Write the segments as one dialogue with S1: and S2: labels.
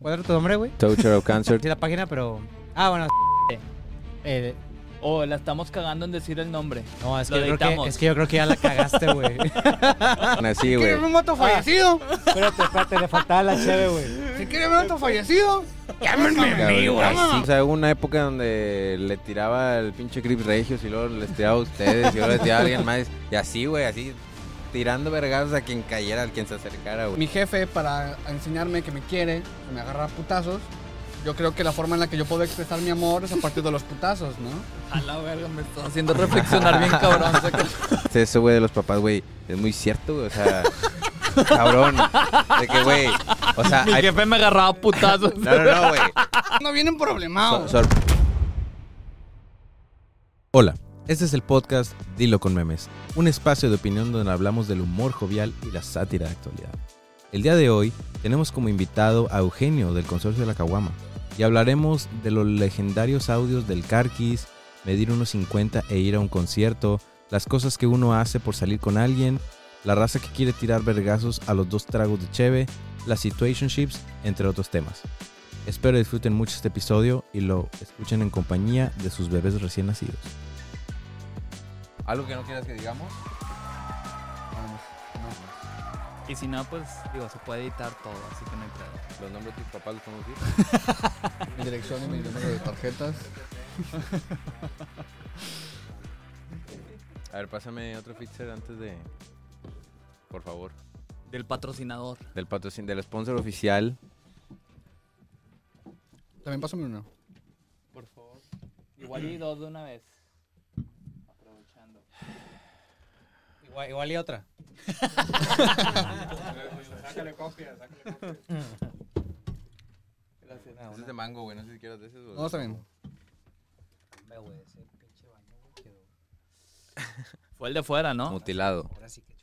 S1: ¿Cuál era tu nombre, güey?
S2: Torture of Cancer.
S1: Sí, la página, pero. Ah, bueno. Eh,
S3: O la estamos cagando en decir el nombre.
S1: no, es
S3: Lo
S1: que, yo creo
S3: editamos.
S1: que, es que yo creo que ya la cagaste, güey.
S2: Así, güey.
S1: un
S4: Ah.
S1: moto fallecido?
S5: Espérate, espérate, le faltaba la cheve, güey.
S1: Si quieren un moto fallecido,
S2: Cabrón, así. O sea, hubo una época donde le tiraba el pinche Crip Regios y luego les tiraba a ustedes y luego les tiraba a alguien más. Y así, güey, así tirando vergados a quien cayera, a quien se acercara, güey.
S4: Mi jefe, para enseñarme que me quiere, que me agarra a putazos, yo creo que la forma en la que yo puedo expresar mi amor es a partir de los putazos, ¿no?
S3: A la verga, me estás haciendo reflexionar bien, cabrón. O sea, que-
S2: Eso, güey, de los papás, güey, es muy cierto, güey. O sea, cabrón. De que, güey, o sea,
S3: Mi
S2: hay-
S3: jefe me agarraba a putazos.
S2: No, no, no, güey.
S4: No vienen problemados.
S2: So- so-
S6: Hola, este es el podcast Dilo con Memes, un espacio de opinión donde hablamos del humor jovial y la sátira de actualidad. El día de hoy tenemos como invitado a Eugenio del Consorcio de la Caguama y hablaremos de los legendarios audios del Carquis, medir unos 50 e ir a un concierto, las cosas que uno hace por salir con alguien, la raza que quiere tirar vergazos a los dos tragos de cheve, las situationships, entre otros temas. Espero disfruten mucho este episodio y lo escuchen en compañía de sus bebés recién nacidos.
S2: ¿Algo que no quieras que digamos?
S3: Y si no, pues, digo, se puede editar todo, así que no hay problema.
S2: Los nombres de tus papás los podemos decir.
S4: Mi dirección y mi número de tarjetas.
S2: A ver, pásame otro feature antes de. Por favor.
S3: Del patrocinador.
S2: Del patrocin del sponsor oficial.
S4: También pásame uno.
S3: Por favor. Igual y dos de una vez. Aprovechando.
S1: Igual, igual y otra.
S2: Ese Este es de mango, güey. No sé si quieras de ese, güey.
S4: No, está bien.
S3: Fue el de fuera, ¿no?
S2: Mutilado.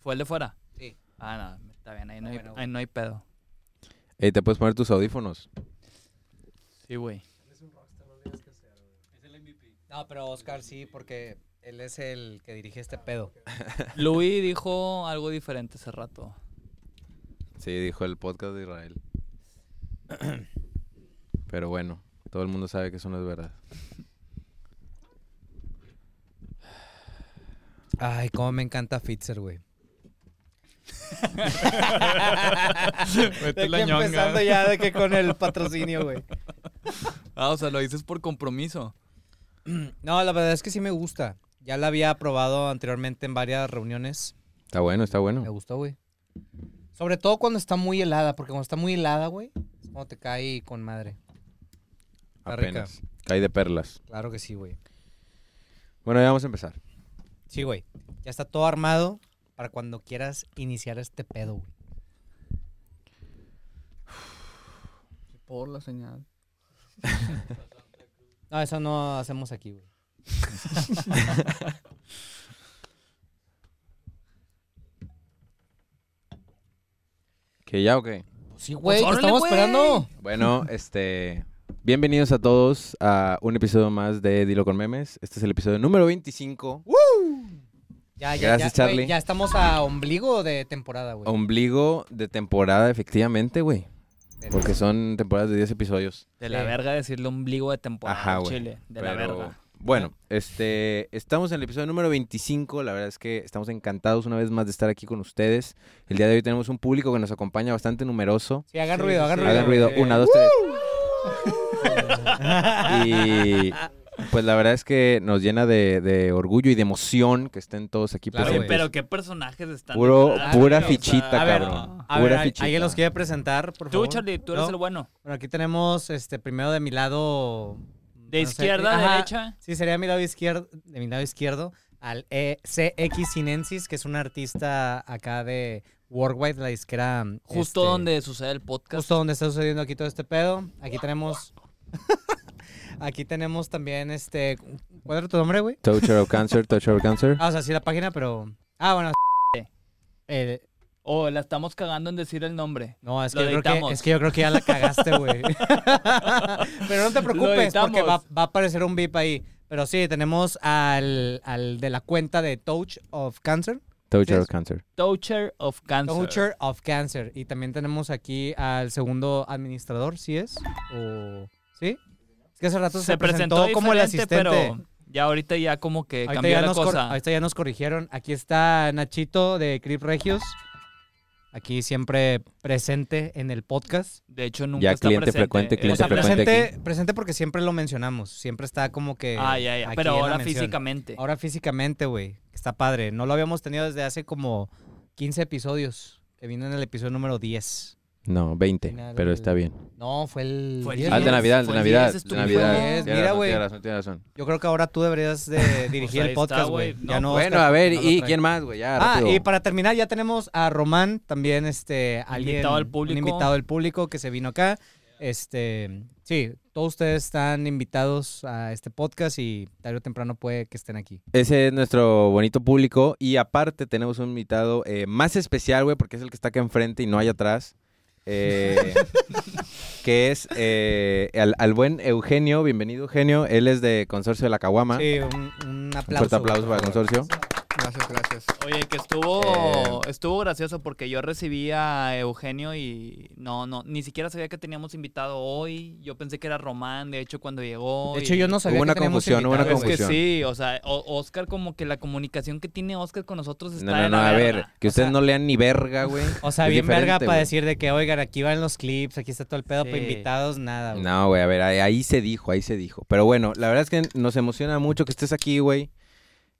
S3: Fue el de fuera.
S1: Sí.
S3: Ah, no, está bien, ahí no,
S1: Ah,
S3: hay,
S1: bueno,
S3: ahí no hay pedo.
S2: Ey, te puedes poner tus audífonos.
S3: Sí, güey.
S1: No, pero Oscar sí, porque él es el que dirige este pedo.
S3: Luis dijo algo diferente hace rato.
S2: Sí, dijo el podcast de Israel. Pero bueno, todo el mundo sabe que eso no es verdad.
S1: Ay, cómo me encanta Fitzer, güey.
S3: Vete
S1: De
S3: la
S1: que
S3: ñonga.
S1: empezando ya de que con el patrocinio, güey.
S3: Ah, o sea, lo dices por compromiso.
S1: No, la verdad es que sí me gusta. Ya la había probado anteriormente en varias reuniones.
S2: Está bueno, está
S1: Me
S2: bueno.
S1: gustó, güey. Sobre todo cuando está muy helada, porque cuando está muy helada, güey, es como te cae con madre. Está rica.
S2: Apenas. Cae de perlas.
S1: Claro que sí, güey.
S2: Bueno, ya vamos a empezar.
S1: Sí, güey. Ya está todo armado para cuando quieras iniciar este pedo, güey.
S4: Por la señal.
S1: No, eso no hacemos aquí, güey.
S2: ¿Que ya o qué?
S1: Pues sí,
S3: güey,
S1: ¿qué
S3: órale,
S1: estamos
S3: güey.
S1: esperando.
S2: Bueno, este. Bienvenidos a todos a un episodio más de Dilo con Memes. Este es el episodio número 25.
S1: Ya, ya,
S2: Gracias,
S1: ya, güey,
S2: Charlie. Oh,
S1: ya estamos a ombligo de temporada, güey.
S2: Ombligo de temporada, efectivamente, güey. Porque son temporadas de 10 episodios.
S3: De la
S1: Sí.
S3: verga decirle ombligo de temporada
S2: Ajá,
S3: al
S2: güey.
S3: Chile. De la
S2: Pero,
S3: verga.
S2: Bueno, este, estamos en el episodio número 25. La verdad es que estamos encantados una vez más de estar aquí con ustedes. El día de hoy tenemos un público que nos acompaña bastante numeroso.
S1: Sí, hagan ruido, hagan ruido.
S2: Hagan ruido.
S1: güey.
S2: Una, dos, tres. Y pues la verdad es que nos llena de, de orgullo y de emoción que estén todos aquí
S1: Claro,
S3: Oye,
S1: güey.
S2: presentes.
S3: pero qué personajes están.
S2: Puro-
S3: detrás,
S2: pura
S3: güey, o sea,
S2: fichita,
S3: a ver,
S2: cabrón.
S3: no.
S1: A
S2: Pura
S1: ver, ¿al-
S2: fichita.
S1: ¿alguien los quiere presentar, por
S3: Tú,
S1: favor?
S3: Charlie, tú eres
S1: No.
S3: el bueno.
S1: Bueno, aquí tenemos, este, primero de mi lado...
S3: De
S1: no sé,
S3: izquierda a
S1: ajá,
S3: derecha.
S1: Sí, sería mi lado izquierdo, de mi lado izquierdo, al eh, CX Sinensis, que es un artista acá de Worldwide, la disquera. mm,
S3: Justo
S1: este,
S3: donde sucede el podcast.
S1: Justo donde está sucediendo aquí todo este pedo. Aquí tenemos. aquí tenemos también este. ¿Cuál era tu nombre, güey?
S2: Toucher of Cancer, Toucher of Cancer.
S1: Ah, o sea, sí la página, pero. Ah, bueno. eh,
S3: O la estamos cagando en decir el nombre.
S1: no, es que,
S3: Lo
S1: yo creo
S3: editamos.
S1: que, es que yo creo que ya la cagaste, güey. pero no te preocupes, porque
S3: editamos.
S1: va, va a aparecer un VIP ahí. Pero sí, tenemos al, al de la cuenta de Touch of Cancer,
S2: Toucher
S4: ¿Qué
S2: of
S4: es?
S2: Cancer.
S3: Toucher of Cancer.
S1: Toucher of Cancer. Y también tenemos aquí al segundo administrador, ¿sí es? ¿O... ¿Sí? Es que hace rato se, presentó, como el asistente.
S3: diferente, pero ya ahorita ya como que
S1: Ahorita
S3: cambió
S1: ya,
S3: la
S1: nos cor-
S3: cosa.
S1: ahorita ya nos corrigieron. Aquí está Nachito de Crip Regios. Aquí siempre presente en el podcast.
S3: De hecho, nunca
S2: Ya
S3: está
S2: cliente
S3: presente.
S2: frecuente,
S3: Eh,
S2: cliente
S1: O sea,
S2: frecuente
S1: presente, presente porque siempre lo mencionamos. Siempre está como que.
S3: Ah, ya, ya.
S1: aquí
S3: Pero
S1: en la
S3: ahora
S1: mención.
S3: físicamente.
S1: Ahora físicamente, güey. Está padre. No lo habíamos tenido desde hace como 15 episodios. Que vino en el episodio número 10.
S2: No, 20,
S1: Final
S2: pero
S1: del-
S2: está bien.
S1: No, fue el.
S3: Fue el
S1: 10,
S3: Sí,
S2: Ah, el de
S1: ¿no?
S3: la-
S2: Navidad, el de
S3: fue el
S2: Navidad.
S3: 10
S2: el de
S3: estuvo.
S2: Navidad.
S1: Fue el 10,
S2: Tienes
S1: mira,
S2: razón,
S1: güey.
S2: tienes razón, tienes razón.
S1: Yo creo que ahora tú deberías de dirigir
S3: ahí
S1: el
S3: está,
S1: podcast, güey.
S3: güey. No, pues,
S1: Ya no,
S2: Bueno,
S1: Oscar,
S2: a ver,
S1: no lo
S2: ¿y
S1: trae.
S2: quién más, güey? Ya,
S1: Ah,
S2: rápido.
S1: y para terminar ya tenemos a Román, también este alguien
S3: Invitado al
S1: un
S3: público.
S1: invitado del público que se vino acá. Este, sí, todos ustedes están invitados a este podcast y tarde o temprano puede que estén aquí.
S2: Ese es nuestro bonito público. Y aparte tenemos un invitado eh, más especial, güey, porque es el que está acá enfrente y no hay atrás. Eh, que es eh, al, al buen Eugenio. Bienvenido, Eugenio. Él es de Consorcio de la Caguama.
S1: Sí, un, un
S2: un
S1: aplauso.
S2: fuerte aplauso para
S1: por favor.
S2: Consorcio.
S4: Gracias, gracias.
S3: Oye, que estuvo
S2: Eh.
S3: estuvo gracioso porque yo recibí a Eugenio y no, no, ni siquiera sabía que teníamos invitado hoy. Yo pensé que era Román, de hecho, cuando llegó.
S1: De hecho,
S3: y-
S1: yo no sabía
S2: Hubo una
S1: que teníamos
S2: confusión, hubo una
S1: invitado,
S3: Es
S1: güey.
S3: que
S2: confusión.
S3: sí, o sea, o- Oscar como que la comunicación que tiene Oscar con nosotros está
S2: No,
S3: de
S2: no, no,
S3: la
S2: a ver,
S3: verga.
S2: que
S3: O
S2: ustedes
S3: sea,
S2: no lean ni verga, güey.
S1: O sea,
S2: Es
S1: bien verga
S2: diferente,
S1: para
S2: güey.
S1: decir de que, oigan, aquí van los clips, aquí está todo el pedo para
S3: Sí.
S1: invitados, nada. güey.
S2: No, güey, a ver, ahí, ahí se dijo, ahí se dijo. Pero bueno, la verdad es que nos emociona mucho que estés aquí, güey.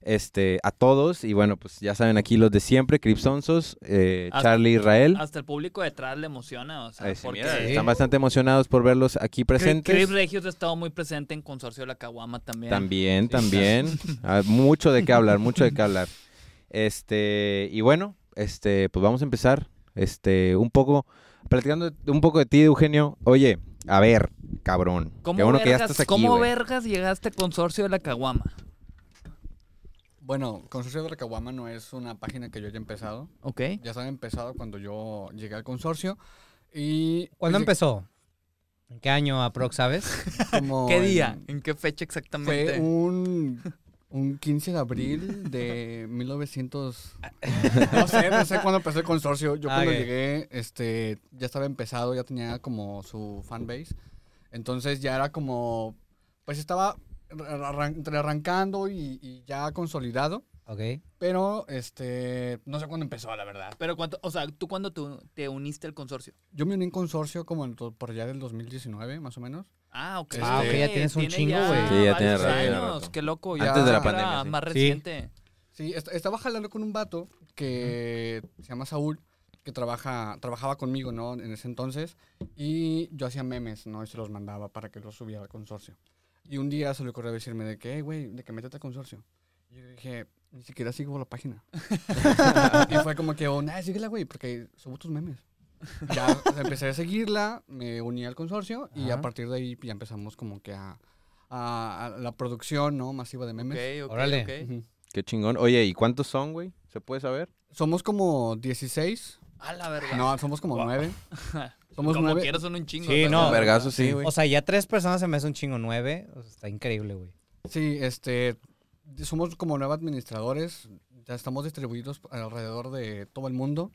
S2: Este, a todos. Y bueno, pues ya saben aquí los de siempre, Cripsonsos, eh,
S3: Hasta-
S2: Charlie Israel.
S3: Hasta el público detrás le emociona, o sea,
S2: Ay, sí,
S3: porque
S2: mira,
S1: sí.
S2: Están bastante emocionados por verlos aquí
S3: Cri-
S2: presentes.
S3: Chris Regios ha estado muy presente en Consorcio de la Caguama también.
S2: También, también. Ah, mucho de qué hablar, mucho de qué hablar. Este, y bueno, este, pues vamos a empezar. Este, un poco, platicando un poco de ti, Eugenio. Oye, a ver, cabrón.
S3: ¿Cómo,
S2: qué bueno que ya
S3: vergas,
S2: estás aquí,
S3: ¿cómo
S2: güey.
S3: vergas llegaste a Consorcio de la Caguama?
S4: Bueno, Consorcio de la Caguama no es una página que yo haya empezado.
S3: ¿Ok?
S4: Ya estaba empezado cuando yo llegué al consorcio. Y
S1: ¿Cuándo
S4: pues,
S1: empezó? ¿En qué año aprox, sabes?
S4: como
S3: ¿Qué
S4: en-
S3: día? ¿En qué fecha exactamente?
S4: Fue un, un 15 de abril de 1900. No sé, no sé cuándo empezó el consorcio. Yo cuando
S1: Ok.
S4: llegué, este, ya estaba empezado, ya tenía como su fanbase. Entonces ya era como, pues estaba ra- ra- entre arrancando y, y ya consolidado.
S1: Ok.
S4: Pero, este, no sé cuándo empezó, la verdad.
S3: Pero cuánto, o sea, tú cuando tú te uniste al consorcio.
S4: Yo me uní en consorcio como en to- por allá del 2019, más o menos.
S3: Ah, ok.
S4: Ah, ok,
S1: ya tienes un
S3: Tiene
S1: chingo,
S3: ya
S1: güey.
S2: Este, Sí, ya
S3: varios
S2: tiene rato, tiene
S3: años,
S2: rato.
S3: Qué loco.
S4: Antes de la
S3: era
S2: pandemia, sí.
S3: Más
S1: Sí.
S3: reciente.
S4: Sí, est- estaba jalando con un vato que se llama Saúl, que trabaja, trabajaba conmigo, ¿no? En ese entonces. Y yo hacía memes, ¿no? Y se los mandaba para que los subiera al consorcio. Y un día se le ocurrió decirme de que, "Hey, güey, de que métete al consorcio. Y yo dije, ni siquiera sigo la página. y fue como que, oh, nada, síguela, güey, porque subo tus memes. Ya o sea, empecé a seguirla, me uní al consorcio y a
S1: Ajá.
S4: partir de ahí ya empezamos como que a, a- a la producción, ¿no? Masiva de memes.
S3: Ok, ok,
S1: Órale.
S3: ok.
S4: Ujú.
S2: Qué chingón. Oye, ¿y cuántos son, güey? ¿Se puede saber?
S4: Somos como 16.
S3: A la verga.
S4: No, somos como nueve. Somos
S3: Como
S4: nueve.
S3: quieras son un chingo.
S1: Sí,
S3: pero-
S1: no.
S2: Vergazo, sí, güey.
S1: O sea, ya tres personas se me hace un chingo nueve. O sea, está increíble, güey.
S4: Sí, este. Somos como nueve administradores. Ya estamos distribuidos alrededor de todo el mundo.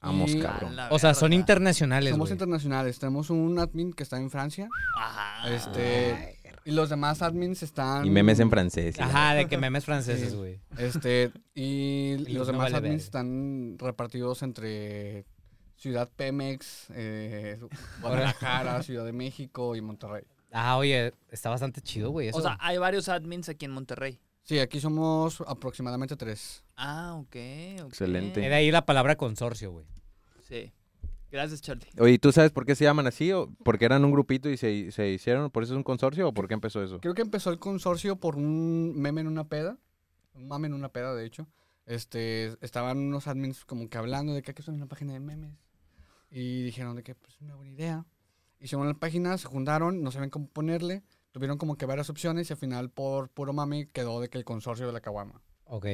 S2: Vamos,
S4: Y-
S3: A
S2: cabrón.
S3: la
S1: O sea, son
S3: verga.
S1: internacionales,
S4: Somos
S1: güey.
S4: internacionales. Tenemos un admin que está en Francia.
S3: Ajá.
S4: Este. Y los demás admins están.
S2: Y memes en francés. y
S3: Ah.
S2: la-
S1: Ajá, de que memes franceses, güey.
S4: Este. Y
S1: Y
S4: los
S1: no
S4: demás
S1: vale
S4: admins
S1: verga.
S4: están repartidos entre Ciudad Pemex, eh, Guadalajara, Ciudad de México y Monterrey.
S1: Ah, oye, está bastante chido, güey. eso.
S3: O sea, hay varios admins aquí en Monterrey.
S4: Sí, aquí somos aproximadamente tres.
S3: Ah, ok. ok.
S2: Excelente.
S1: de ahí la palabra consorcio, güey.
S3: Sí. Gracias, Charlie.
S2: Oye, ¿y ¿tú sabes por qué se llaman así? ¿O ¿Porque eran un grupito y se, se hicieron? ¿Por eso es un consorcio o por qué empezó eso?
S4: Creo que empezó el consorcio por un meme en una peda. Un mame en una peda, de hecho. Este, estaban unos admins como que hablando de que aquí son una página de memes. Y dijeron de que pues es una buena idea. Hicieron la página, se juntaron, no saben cómo ponerle. Tuvieron como que varias opciones y al final por puro mame quedó de que el consorcio de la caguama.
S1: Ok.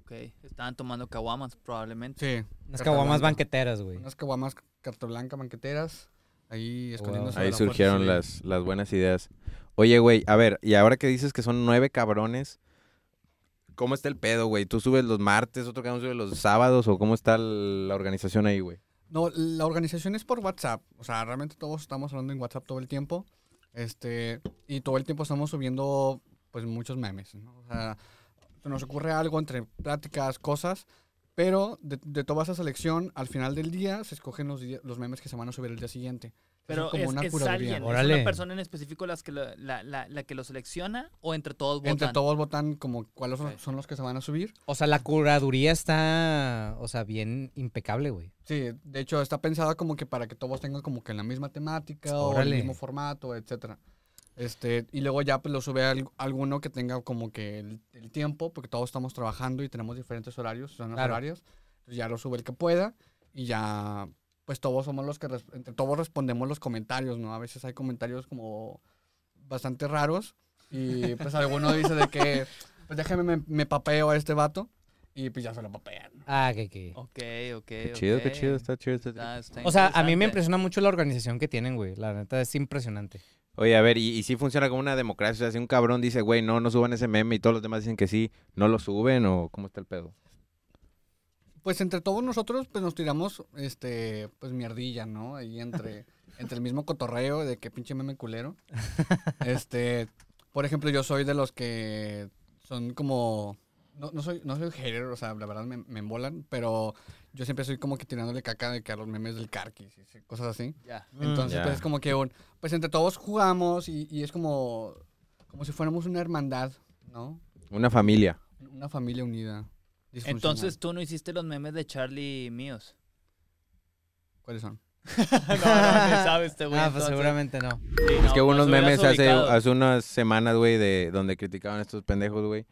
S3: Ok. Estaban tomando caguamas, probablemente.
S4: Sí.
S1: Unas
S4: Carta
S1: caguamas
S4: blanca.
S1: banqueteras, güey.
S4: Unas caguamas carta blanca, banqueteras. Ahí escondiéndose. de
S2: Ahí
S4: la fuerza
S2: surgieron
S4: civil.
S2: las, las buenas ideas. Oye, güey, a ver, y ahora que dices que son nueve cabrones, ¿Cómo está el pedo, güey? ¿Tú subes los martes, otro canal sube los sábados o cómo está el- la organización ahí, güey?
S4: No, la organización es por WhatsApp. O sea, realmente todos estamos hablando en WhatsApp todo el tiempo. Este, y todo el tiempo estamos subiendo, pues, muchos memes, ¿no? O sea, se nos ocurre algo entre pláticas, cosas, pero de, de toda esa selección, al final del día se escogen los, di- los memes que se van a subir el día siguiente. Se
S3: Pero
S4: hace como
S3: es,
S4: una
S3: es
S4: curaduría.
S3: alguien, es
S1: Órale.
S3: una persona en específico las que lo- la, la- la que lo selecciona o entre todos votan.
S4: Entre todos votan como cuáles son-
S3: Ok.
S4: son los que se van a subir.
S1: O sea, la curaduría está, o sea, bien impecable, güey.
S4: Sí, de hecho está pensada como que para que todos tengan como que la misma temática o el
S1: Órale.
S4: mismo formato, etcétera. Este, y luego ya pues lo sube al- alguno que tenga como que el, el tiempo, porque todos estamos trabajando y tenemos diferentes horarios, son los
S1: Claro.
S4: horarios. Entonces ya lo sube el que pueda y ya pues todos somos los que res- entre todos respondemos los comentarios, ¿no? A veces hay comentarios como bastante raros y pues alguno dice de que pues déjeme me, me papeo a este vato y pues ya se lo papean.
S1: Ah, que, que.
S3: Ok, ok.
S2: Qué chido, qué
S3: ok.
S2: chido, está chido. Está
S3: Está- está
S1: O sea, a mí me
S3: interesante.
S1: impresiona mucho la organización que tienen, güey. La neta es impresionante.
S2: Oye, a ver, y, y si funciona como una democracia, o sea, si un cabrón dice, güey, no, no suban ese meme y todos los demás dicen que sí, ¿no lo suben o cómo está el pedo?
S4: Pues entre todos nosotros, pues nos tiramos, este, pues mierdilla, ¿no? Ahí entre, entre el mismo cotorreo de que pinche meme culero. Este, por ejemplo, yo soy de los que son como, no, no soy, no soy hater, o sea, la verdad me, me embolan, pero yo siempre soy como que tirándole caca de que a los memes del carquis, y cosas así.
S3: Ya.
S4: Entonces,
S2: ya.
S4: pues es como que un, pues entre todos jugamos y, y es como, como si fuéramos una hermandad, ¿no?
S2: Una familia.
S4: Una familia unida. disfuncional.
S3: Entonces tú no hiciste los memes de Charlie míos.
S4: ¿cuáles son?
S3: no, no, le sabes, este güey.
S1: Ah, pues
S3: entonces.
S1: seguramente no.
S3: Sí,
S2: Es
S3: no,
S2: que hubo
S3: los
S2: unos
S3: hubieras
S2: memes hace,
S3: ubicado.
S2: hace unas semanas, güey, de donde criticaban a estos pendejos, güey.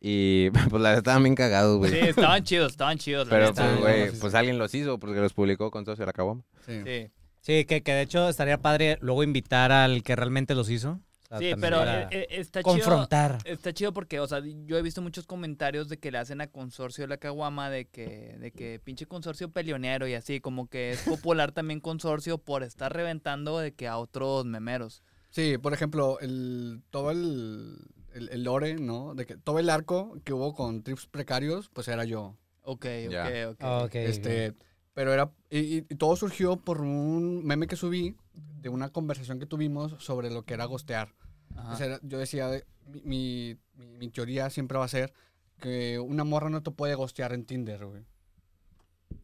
S2: Y pues la verdad estaban bien cagados, güey.
S3: Sí, estaban chidos, estaban chidos. la
S2: Pero
S3: neta.
S2: pues,
S4: sí,
S2: güey,
S4: sí, sí.
S2: pues alguien los hizo porque los publicó con socio la acabó.
S4: pues, Sí.
S3: Sí,
S1: Sí, que, que de hecho estaría padre luego invitar al que realmente los hizo. O sea,
S3: sí
S1: también
S3: pero
S1: para
S3: eh, eh, está chido. eh,
S1: confrontar.
S3: Está chido porque, o sea, yo he visto muchos comentarios de que le hacen a Consorcio de la Caguama de que, de que pinche Consorcio peleonero y así, como que es popular también Consorcio por estar reventando de que a otros memeros.
S4: Sí, por ejemplo, el, todo el, el, el lore, ¿no? De que todo el arco que hubo con trips precarios, pues era yo.
S3: Ok,
S2: Ya.
S3: ok, ok.
S1: Ah, Ok,
S4: este, pero era y, y- y todo surgió por un meme que subí de una conversación que tuvimos sobre lo que era gostear.
S3: Ajá.
S4: O sea, yo decía, de- mi, mi, mi- mi teoría siempre va a ser que una morra no te puede gostear en Tinder, güey.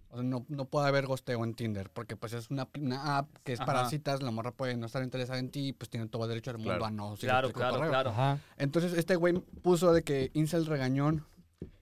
S4: O sea, no, no puede haber gosteo en Tinder, porque pues es una, una app que es para
S3: Ajá.
S4: citas, la morra puede no estar interesada en ti y pues tiene todo el derecho del mundo
S2: Claro.
S4: a no. seguir
S3: claro,
S4: tu
S3: claro,
S4: cotorreo.
S3: claro. Pues,
S1: Ajá.
S4: Entonces este güey puso de que Incel regañón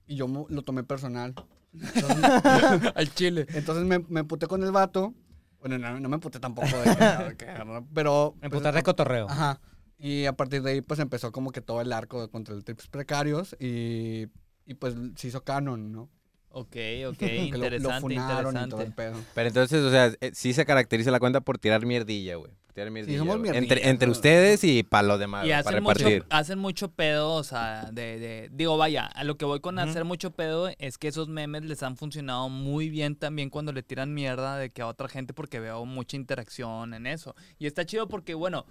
S4: y yo mo- lo tomé personal. Entonces- Al chile. Entonces me, me emputé con el vato. Bueno, no, no me emputé tampoco de de que- pero... pues,
S1: Emputar de cotorreo.
S4: Ajá. Y a partir de ahí pues empezó como que todo el arco de contra el trips precarios y, y pues se hizo canon, ¿no?
S3: Ok, ok,
S4: Que lo-
S3: interesante,
S4: lo, funaron y todo el
S3: interesante.
S4: pedo.
S2: Pero entonces, o sea, eh, sí se caracteriza la cuenta por tirar mierdilla, güey. por Tirar mierdilla.
S4: somos
S2: güey.
S4: mierdillas,
S2: entre, entre
S4: ¿no?
S2: ustedes y para los demás,
S3: Y
S2: güey, Ah, para
S3: hacen mucho,
S2: repartir.
S3: hacen mucho pedo, o sea, de, de- digo, vaya, a lo que voy con hacer mucho pedo es que esos memes les han funcionado muy bien también cuando le tiran mierda de que a otra gente porque veo mucha interacción en eso. Y está chido porque, bueno,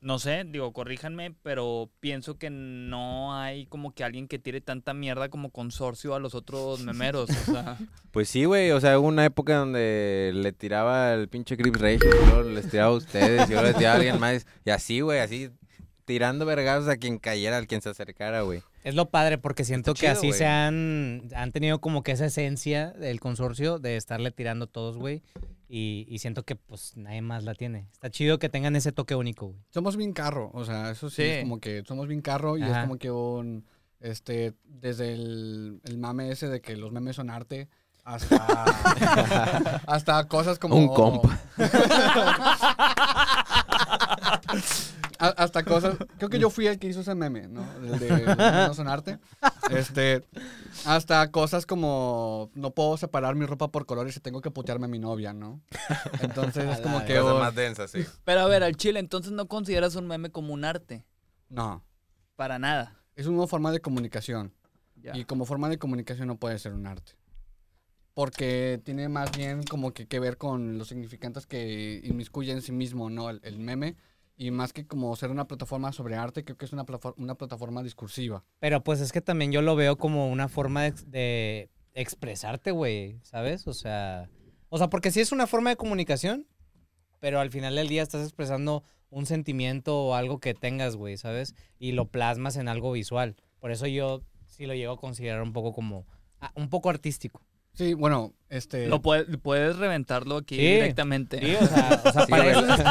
S3: no sé, digo, corríjanme, pero pienso que no hay como que alguien que tire tanta mierda como consorcio a los otros memeros, o sea.
S2: Pues sí, güey, o sea, hubo una época donde le tiraba el pinche Crips Regio, y luego les tiraba a ustedes, y luego les tiraba a alguien más. Y así, güey, así tirando vergazos a quien cayera, al quien se acercara, güey.
S1: Es lo padre porque siento
S2: Está
S1: que
S2: chido,
S1: así
S2: güey.
S1: se han, han tenido como que esa esencia del consorcio de estarle tirando todos, güey. Y, y siento que pues nadie más la tiene. Está chido que tengan ese toque único, güey.
S4: Somos bien carro, o sea, eso sí,
S3: Sí.
S4: es como que somos bien carro y es
S1: Ajá.
S4: como que un, este, desde el, el mame ese de que los memes son arte hasta, hasta cosas como...
S2: Un compa.
S4: A- hasta cosas, creo que yo fui el que hizo ese meme, ¿no? El de los memes no son arte. Este, hasta cosas como no puedo separar mi ropa por colores y tengo que putearme a mi novia, ¿no? Entonces es como que...
S2: Cosas
S4: un-
S2: más densas, sí.
S3: Pero a ver, al chile, entonces no consideras un meme como un arte,
S4: No,
S3: para nada.
S4: es una forma de comunicación.
S3: Ya.
S4: Y como forma de comunicación no puede ser un arte. Porque tiene más bien como que, que ver con los significantes que inmiscuye en sí mismo, ¿no? El, el meme Y más que como ser una plataforma sobre arte, creo que es una, platafor- una plataforma discursiva.
S1: Pero pues es que también yo lo veo como una forma de, ex- de expresarte, güey, ¿sabes? O sea, o sea, porque sí es una forma de comunicación, pero al final del día estás expresando un sentimiento o algo que tengas, güey, ¿sabes? Y lo plasmas en algo visual. Por eso yo sí lo llego a considerar un poco como ah, un poco artístico.
S4: Sí, bueno, este...
S3: Lo puedes, puedes reventarlo aquí
S1: Sí.
S3: directamente.
S1: Sí, o sea, o sea,
S2: Sí,
S1: para,
S2: güey.
S1: eso,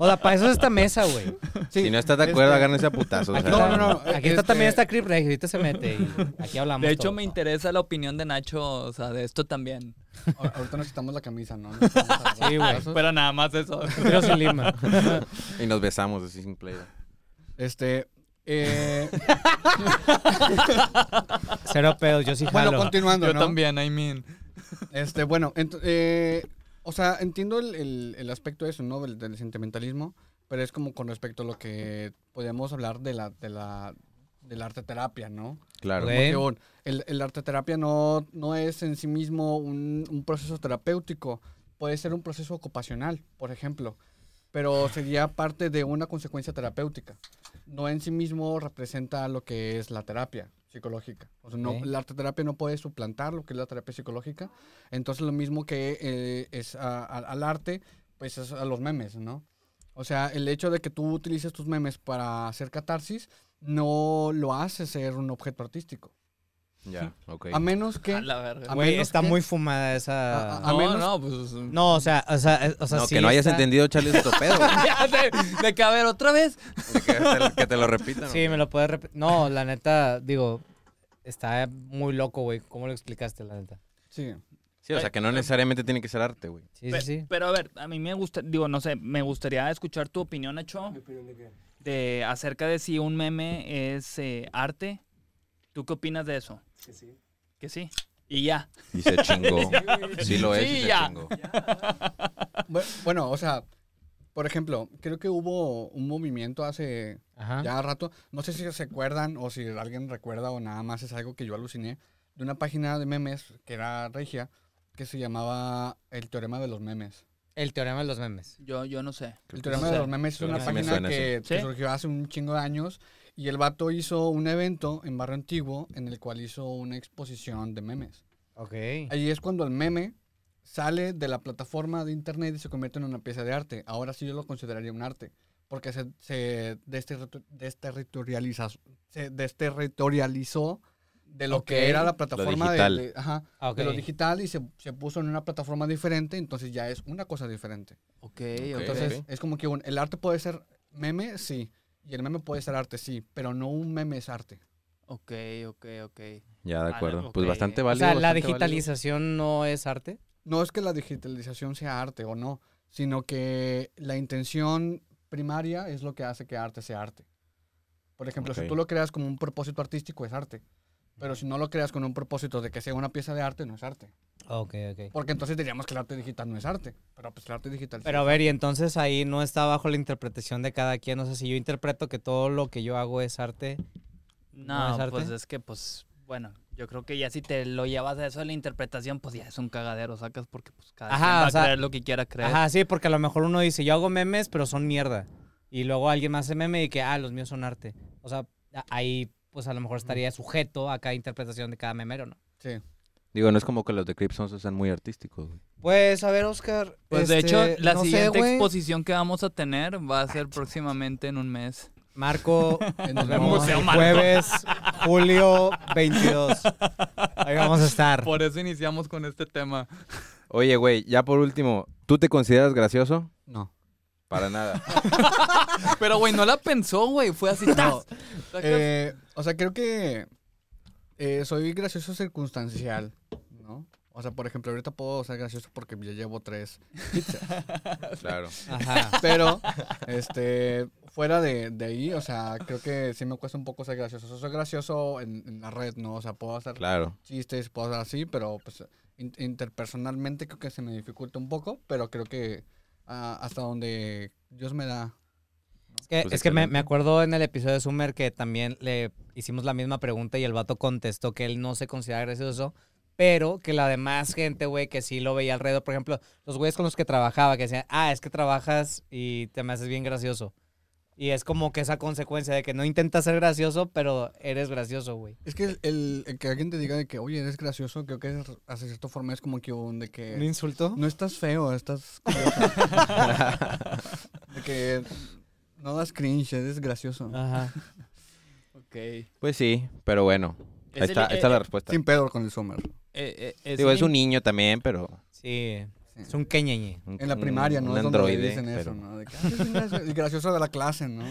S1: o sea, para eso es esta mesa, güey.
S4: sí,
S2: si no estás de acuerdo,
S4: este-
S2: agárrense a putazos. o
S1: Aquí,
S2: sea,
S4: No, no, no.
S1: aquí está también
S4: este-
S1: esta Crip Rage, ahorita se mete y aquí hablamos.
S3: De hecho,
S1: todo.
S3: me interesa la opinión de Nacho, o sea, de esto también.
S4: a- Ahorita nos quitamos la camisa, ¿no? Nos quitamos a-
S1: Sí, güey.
S4: Eso-
S3: Pero nada más eso.
S1: Tiro sin lima.
S2: Y nos besamos así sin play.
S4: Este... eh,
S1: Cero pedos, Ah, yo sí jalo.
S4: bueno, continuando,
S3: Yo
S4: ¿no?
S3: también, I mean.
S4: Este, bueno, ent- eh, o sea, entiendo el, el- el aspecto de eso, ¿no? Del, del sentimentalismo, pero es como con respecto a lo que podríamos hablar de la, de la, de la arte terapia, ¿no?
S2: Claro.
S1: Ok.
S4: Porque, bueno, el, el arte terapia no, no es en sí mismo un, un proceso terapéutico, puede ser un proceso ocupacional, por ejemplo, pero sería parte de una consecuencia terapéutica. No en sí mismo representa lo que es la terapia psicológica. O sea, no,
S1: Ok.
S4: La arte terapia no puede suplantar lo que es la terapia psicológica. Entonces lo mismo que eh, es a- a- al arte, pues es a los memes, ¿no? O sea, el hecho de que tú utilices tus memes para hacer catarsis no lo hace ser un objeto artístico.
S2: Ya, ok.
S4: A menos que...
S3: A Ah, la verga.
S4: a
S1: Güey,
S4: menos
S1: está
S4: que-
S1: muy fumada esa.
S4: a- a-
S3: no,
S4: menos-
S3: no, pues.
S1: no, o sea, o sea, eh, o sea,
S2: no,
S1: sí
S2: que no hayas
S1: está-
S2: entendido, Charlie, es tu pedo. güey.
S3: Ya sé, de que a ver otra vez.
S2: Que te- Que te lo repitan.
S1: Sí, me lo puedes repetir. No, la neta, digo, está muy loco, güey. ¿Cómo lo explicaste, la neta?
S4: Sí.
S2: Sí, o sea, que no necesariamente tiene que ser arte, güey.
S1: Sí,
S3: Pe-
S1: sí, sí.
S3: Pero a ver, a mí me gusta, digo, no sé, me gustaría escuchar tu opinión, Nacho, de acerca de si un meme es eh, arte. ¿Tú qué opinas de eso? Que sí. Que sí. Y ya.
S2: Y se chingó. Sí lo es
S3: Sí,
S2: y se
S3: ya.
S2: chingó.
S4: Bu- Bueno, o sea, por ejemplo, creo que hubo un movimiento hace
S1: Ajá.
S4: ya rato, no sé si se acuerdan o si alguien recuerda o nada más es algo que yo aluciné, de una página de memes que era regia, que se llamaba El Teorema de los Memes.
S1: El teorema de los memes.
S3: Yo, yo no sé.
S4: El Teorema
S3: no
S4: de
S3: sé.
S4: los Memes es
S2: Creo
S4: una
S2: que sí me
S4: página
S2: suena,
S4: que, que
S3: ¿Sí?
S4: surgió hace un chingo de años y el vato hizo un evento en Barrio Antiguo en el cual hizo una exposición de memes.
S1: Ok.
S4: Ahí es cuando el meme sale de la plataforma de internet y se convierte en una pieza de arte. Ahora sí yo lo consideraría un arte, porque se, se desterritu- desterritorializa, se desterritorializó de lo
S1: Ok.
S4: que era la plataforma de-
S2: digital.
S4: de, ajá,
S1: Ah, ok.
S4: de lo digital y se, se puso en una plataforma diferente, entonces ya es una cosa diferente.
S3: Ok,
S4: Entonces
S3: entonces.
S2: ok.
S4: es como que un- el arte puede ser meme, sí, y el meme puede ser arte, sí, pero no un meme es arte.
S3: Ok, ok, ok.
S2: Ya, de
S3: Ah,
S2: acuerdo.
S3: ok.
S2: Pues bastante
S1: o
S2: válido.
S1: sea, la
S2: bastante
S1: digitalización no es arte.
S4: no es que la digitalización sea arte o no, sino que la intención primaria es lo que hace que arte sea arte. Por ejemplo,
S2: Ok.
S4: si tú lo creas como un propósito artístico, es arte. Pero si no lo creas con un propósito de que sea una pieza de arte, no es arte.
S1: Ok, ok.
S4: Porque entonces diríamos que el arte digital no es arte. Pero pues el arte digital sí
S1: Pero a ver, y entonces ahí no está bajo la interpretación de cada quien. O sea, si yo interpreto que todo lo que yo hago es arte. ¿No
S3: No,
S1: es arte?
S3: pues es que, pues, bueno, yo creo que ya si te lo llevas a eso a la interpretación, pues ya es un cagadero, sacas, porque pues cada
S1: Ajá,
S3: quien va
S1: o sea,
S3: a creer lo que quiera creer.
S1: Ajá, sí, porque a lo mejor uno dice, yo hago memes, pero son mierda. Y luego alguien más hace meme y que, ah, los míos son arte. O sea, a- ahí pues a lo mejor estaría sujeto a cada interpretación de cada memero, ¿no?
S4: Sí.
S2: válido. Digo, no es como que los de Cripsons sean muy artísticos, güey.
S1: Pues a ver, Oscar. este,
S3: Pues de hecho, la siguiente exposición que vamos a tener va a ser próximamente en un mes.
S1: Marco,
S4: En
S1: nos
S4: el
S1: vemos
S4: museo,
S1: el
S3: Marco.
S1: jueves, julio 22. Ahí vamos a estar.
S3: Por eso iniciamos con este tema.
S2: Oye, güey, ya por último, ¿tú te consideras gracioso?
S4: No.
S2: Para nada.
S3: Pero, güey, no la pensó, güey. Fue así. ¡tas! Sacas-
S4: Eh, o sea, creo que eh, soy gracioso circunstancial, ¿no? O sea, por ejemplo, ahorita puedo ser gracioso porque ya llevo tres
S2: Claro.
S1: Ajá.
S4: Pero, este, fuera de, de ahí, o sea, creo que sí me cuesta un poco ser gracioso. Soy gracioso en, en la red, ¿no? O sea, puedo hacer
S2: Claro.
S4: chistes, puedo hacer así, pero pues in- interpersonalmente creo que se me dificulta un poco, pero creo que ah, hasta donde Dios me da.
S1: Es que,
S2: Pues
S1: es que me,
S2: excelente.
S1: me acuerdo en el episodio de Summer que también le hicimos la misma pregunta y el vato contestó que él no se considera gracioso, pero que la demás gente, güey, que sí lo veía alrededor, por ejemplo, los güeyes con los que trabajaba, que decían, ah, es que trabajas y te me haces bien gracioso. Y es como que esa consecuencia de que no intentas ser gracioso, pero eres gracioso, güey.
S4: Es que el, el- el que alguien te diga de que, oye, eres gracioso, creo que es- hace cierta forma es como que un de
S1: ¿No
S4: que...
S1: insultó?
S4: No estás feo, estás... curioso". de que no das cringe, eres gracioso.
S2: Ah,
S1: Ajá.
S3: Ok. Eh,
S2: Pues sí, pero bueno.
S3: Es
S2: Ahí está,
S3: el-
S2: ahí está
S3: eh,
S2: la
S3: eh,
S2: respuesta.
S4: Sin pedo con el Summer.
S3: eh, es
S2: Digo, es
S3: un
S2: un niño también, pero.
S1: Sí.
S4: Sí.
S1: Es un queñeñe.
S2: un-
S4: En la primaria,
S2: un
S4: ¿no? Es donde le
S2: androide.
S4: dicen eso,
S2: pero-
S4: ¿no? De que, "Ah, es un gracio- el gracioso de la clase, ¿no?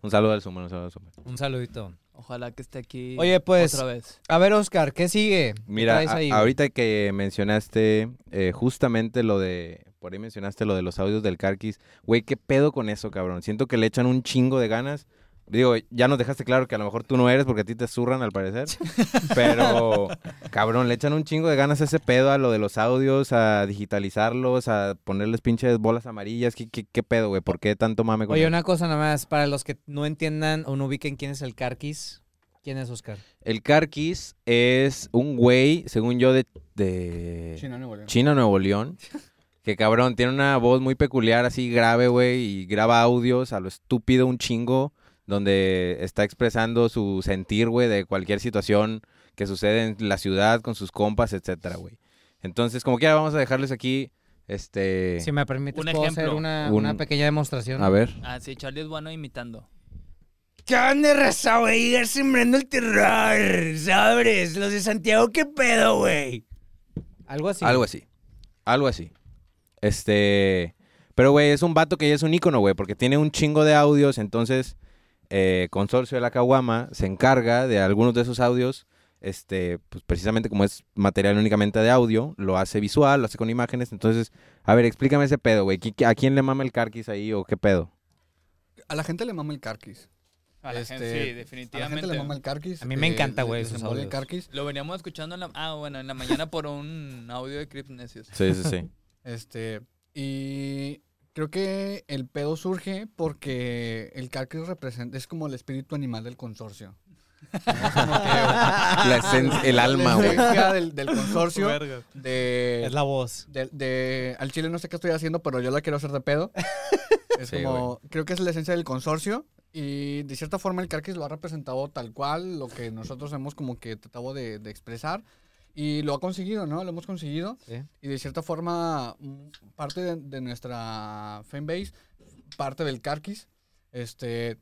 S2: Un saludo al sumo, un saludo al sumo.
S1: Un saludito.
S3: Ojalá que esté aquí
S1: Oye, pues,
S3: otra vez.
S1: A ver, Oscar, ¿qué sigue? ¿Qué
S2: Mira,
S1: traes
S2: a-
S1: ahí, güey?
S2: ahorita que mencionaste eh, justamente lo de, por ahí mencionaste lo de los audios del Carquis, güey, ¿qué pedo con eso, cabrón? Siento que le echan un chingo de ganas. Digo, ya nos dejaste claro que a lo mejor tú no eres porque a ti te zurran al parecer, pero cabrón, le echan un chingo de ganas a ese pedo, a lo de los audios, a digitalizarlos, a ponerles pinches bolas amarillas, ¿qué, qué, qué pedo, güey? ¿Por qué tanto mame con
S1: Oye,
S2: eso?
S1: una cosa nada más, para los que no entiendan o no ubiquen quién es el Carquis, ¿quién es Oscar?
S2: El Carquis es un güey, según yo, de... de...
S4: China, Nuevo León.
S2: China, Nuevo León. Que cabrón, tiene una voz muy peculiar, así grave, güey, y graba audios a lo estúpido, un chingo, donde está expresando su sentir, güey, de cualquier situación que sucede en la ciudad con sus compas, etcétera, güey. Entonces, como quiera, vamos a dejarles aquí, este...
S1: Si me permites,
S3: Un
S1: puedo
S3: ejemplo.
S1: hacer una,
S2: Un-
S1: una pequeña demostración.
S2: A ver.
S3: Ah, sí, Charlie es bueno imitando.
S1: ¿Qué onda, raza, güey? Ya sembrando el terror, ¿sabes? Los de Santiago, ¿qué pedo, güey? Algo así.
S2: Algo así. Algo así. Este. Pero, güey, es un vato que ya es un ícono, güey, porque tiene un chingo de audios. Entonces, eh, Consorcio de la Caguama se encarga de algunos de esos audios. Este, pues precisamente como es material únicamente de audio, lo hace visual, lo hace con imágenes. Entonces, a ver, explícame ese pedo, güey. ¿Qui- qui- ¿A quién le mama el carquis ahí o qué pedo?
S4: A la gente le mama el carquis.
S3: A la
S4: Este,
S3: gente, sí,
S4: A la gente
S3: definitivamente.
S4: le mama el carquis. eh,
S1: A mí me encanta, güey,
S4: les
S1: esos
S4: embole el
S1: audios.
S4: carquis.
S3: Lo veníamos escuchando en la, ah, bueno, en la mañana por un audio de Crips Necios.
S2: Sí, sí, sí.
S4: Este, y creo que el pedo surge porque el carquis representa, es como el espíritu animal del consorcio. Es como que-
S2: La esen- el alma,
S4: La
S2: güey.
S4: esencia del, del consorcio. De,
S1: Es la voz.
S4: de- de- al chile no sé qué estoy haciendo, pero yo la quiero hacer de pedo. Es
S2: Sí,
S4: como, creo que es la esencia del consorcio. Y de cierta forma el Carquis lo ha representado tal cual, lo que nosotros hemos como que tratado de, de expresar. Y lo ha conseguido, ¿no? Lo hemos conseguido.
S1: Sí.
S4: Y de cierta forma, mm, parte de, de nuestra fanbase, parte del Carquis. Este,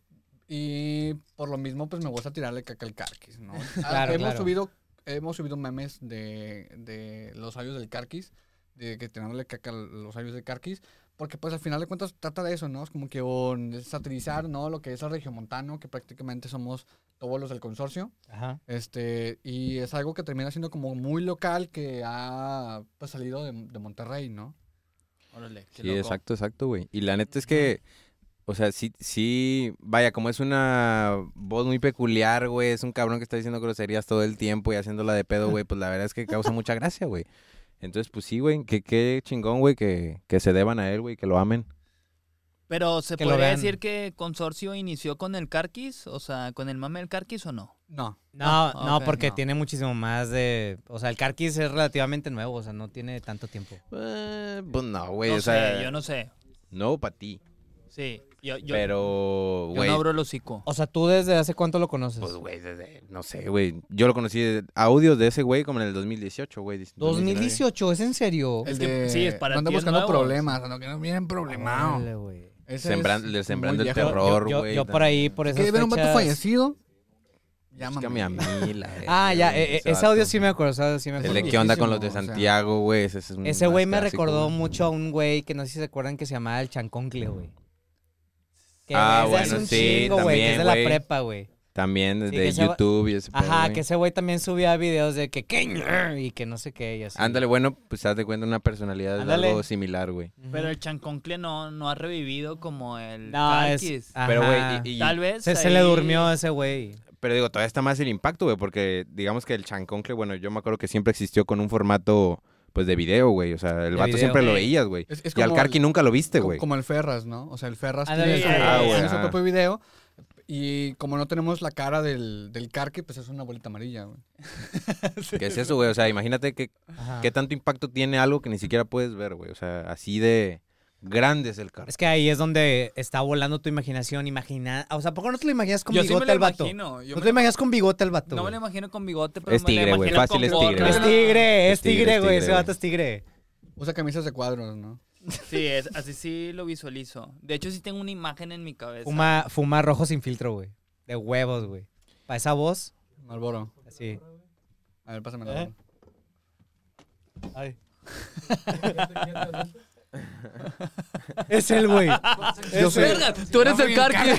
S4: y por lo mismo, pues me gusta tirarle caca al Carquis, ¿no? Ah,
S1: Claro,
S4: hemos,
S1: claro.
S4: Subido, hemos subido memes de, de los años del Carquis, de que tirándole caca a los años del Carquis. Porque pues al final de cuentas trata de eso, ¿no? Es como que un, satirizar, ¿no? Lo que es el regiomontano, que prácticamente somos todos los del consorcio.
S1: Ajá.
S4: Este, y es algo que termina siendo como muy local que ha pues, salido de, de Monterrey, ¿no?
S3: Órale, qué
S2: Sí,
S3: loco.
S2: exacto, exacto, güey. Y la neta es que, o sea, sí, sí, vaya, como es una voz muy peculiar, güey, es un cabrón que está diciendo groserías todo el tiempo y haciéndola de pedo, güey, pues la verdad es que causa mucha gracia, güey. Entonces, pues sí, güey, que qué chingón, güey, que, que se deban a él, güey, que lo amen.
S3: Pero se
S1: Que lo
S3: podría
S1: vean.
S3: decir que Consorcio inició con el Carquis, o sea, con el mame del Carquis o no.
S4: No.
S1: No,
S3: No,
S1: no,
S3: Ah, ok,
S1: porque
S3: no.
S1: tiene muchísimo más de... O sea, el Carquis es relativamente nuevo, o sea, no tiene tanto tiempo.
S2: Eh, pues no, güey,
S3: no
S2: o sea,
S3: sé, yo no sé.
S2: no para ti,
S3: Sí, yo, yo,
S2: pero,
S3: yo
S2: güey,
S3: no abro el hocico.
S1: O sea, ¿tú desde hace cuánto lo conoces?
S2: pues, güey, desde- no sé, güey, yo lo conocí, de- audios de ese güey como en el 2018, güey. 2019.
S1: 2018, ¿es en serio?
S2: Oh.
S3: Es que- sí, es para
S4: No anda
S3: tíos
S4: buscando
S3: nuevos.
S4: problemas, no que no vienen problemado.
S1: Órale, güey.
S4: Ese
S2: Sembran-
S4: es
S2: le sembrando
S4: muy
S2: el
S4: viejo.
S2: terror,
S1: Yo- yo-
S2: güey,
S1: Yo, por ahí, por esas
S4: ¿Qué ver un vato
S1: fechas-
S4: fallecido? Llámame.
S2: Búscame Pues a mí, la
S1: Ah,
S2: verga,
S1: ya,
S2: güey,
S3: e,
S1: eh, eh,
S2: ese
S1: ese
S2: vato.
S1: audio sí me acuerdo, ese audio sí me
S2: El
S1: acuerdo.
S2: de qué onda con los de
S4: Viejísimo, o sea.
S2: Santiago, güey. Ese, es un
S1: Ese güey me
S2: más clásico,
S1: recordó
S2: güey.
S1: mucho a un güey que no sé si se acuerdan que se llamaba el Chanconcle, güey. Que
S2: Ah,
S1: es de hace
S2: bueno,
S1: un
S2: sí,
S1: chingo, güey, que es de la
S2: también, güey.
S1: prepa, güey.
S2: También
S1: Sí, que
S2: desde
S1: ese va-
S2: YouTube y ese pedo,
S1: Ajá,
S2: güey.
S1: que ese güey también subía videos de que "Qué- y que no sé qué y así.
S2: Ándale, bueno, pues haz de cuenta una personalidad
S1: Ándale.
S2: algo similar, güey.
S1: Ujú.
S3: Pero el Chanconcle no, no ha revivido como el
S1: No, es-
S3: Carquis.
S1: ah,
S2: Pero, güey,
S1: Ajá.
S2: y- y-
S3: Tal vez.
S1: se, se le
S3: ahí-
S1: durmió a ese güey.
S2: pero digo, todavía está más el impacto, güey, porque digamos que el chanconcle, bueno, yo me acuerdo que siempre existió con un formato, pues, de video, güey. O sea, el
S1: De
S2: vato
S1: video.
S2: siempre lo
S3: Sí.
S2: veías, güey.
S4: Es- es
S2: Y al
S4: como el-
S2: Karki nunca lo viste,
S4: Co-
S2: güey.
S4: Como el Ferras, ¿no? O sea, el Ferras
S1: Ándale,
S4: tiene, su,
S3: sí. Ah,
S4: tiene
S2: güey,
S4: su
S2: ajá.
S4: propio video. Y como no tenemos la cara del, del carque, pues es una bolita amarilla, güey.
S2: ¿Qué es eso, güey? O sea, imagínate que,
S1: Ajá.
S2: qué tanto impacto tiene algo que ni siquiera puedes ver, güey. O sea, así de grande es el carro.
S1: Es que ahí es donde está volando tu imaginación, imagina... O sea, ¿por qué no te lo imaginas con
S3: Yo sí me
S1: bigote
S3: lo
S1: al vato?
S3: imagino. Yo
S1: no
S3: me
S1: te
S3: lo-
S1: imaginas con bigote al vato.
S3: No me
S1: güey?
S3: lo imagino con bigote, pero
S2: Es
S3: me lo
S2: tigre, güey,
S3: imagino
S2: fácil es
S3: con
S2: tigre.
S1: Es
S3: gorra.
S1: tigre, es
S2: Es tigre,
S1: tigre,
S2: es
S1: güey.
S2: tigre,
S1: Ese
S2: güey.
S1: vato es tigre.
S4: Usa camisas de cuadros, ¿no?
S3: Sí, es- así sí lo visualizo. De hecho, sí tengo una imagen en mi cabeza.
S1: Fuma, fuma rojo sin filtro, güey. De huevos, güey. Para esa voz,
S4: Malboro.
S1: así.
S4: A ver, pásame
S1: ¿Eh?
S4: la
S1: Es el güey.
S4: Yo soy.
S3: Verga, tú eres el carque.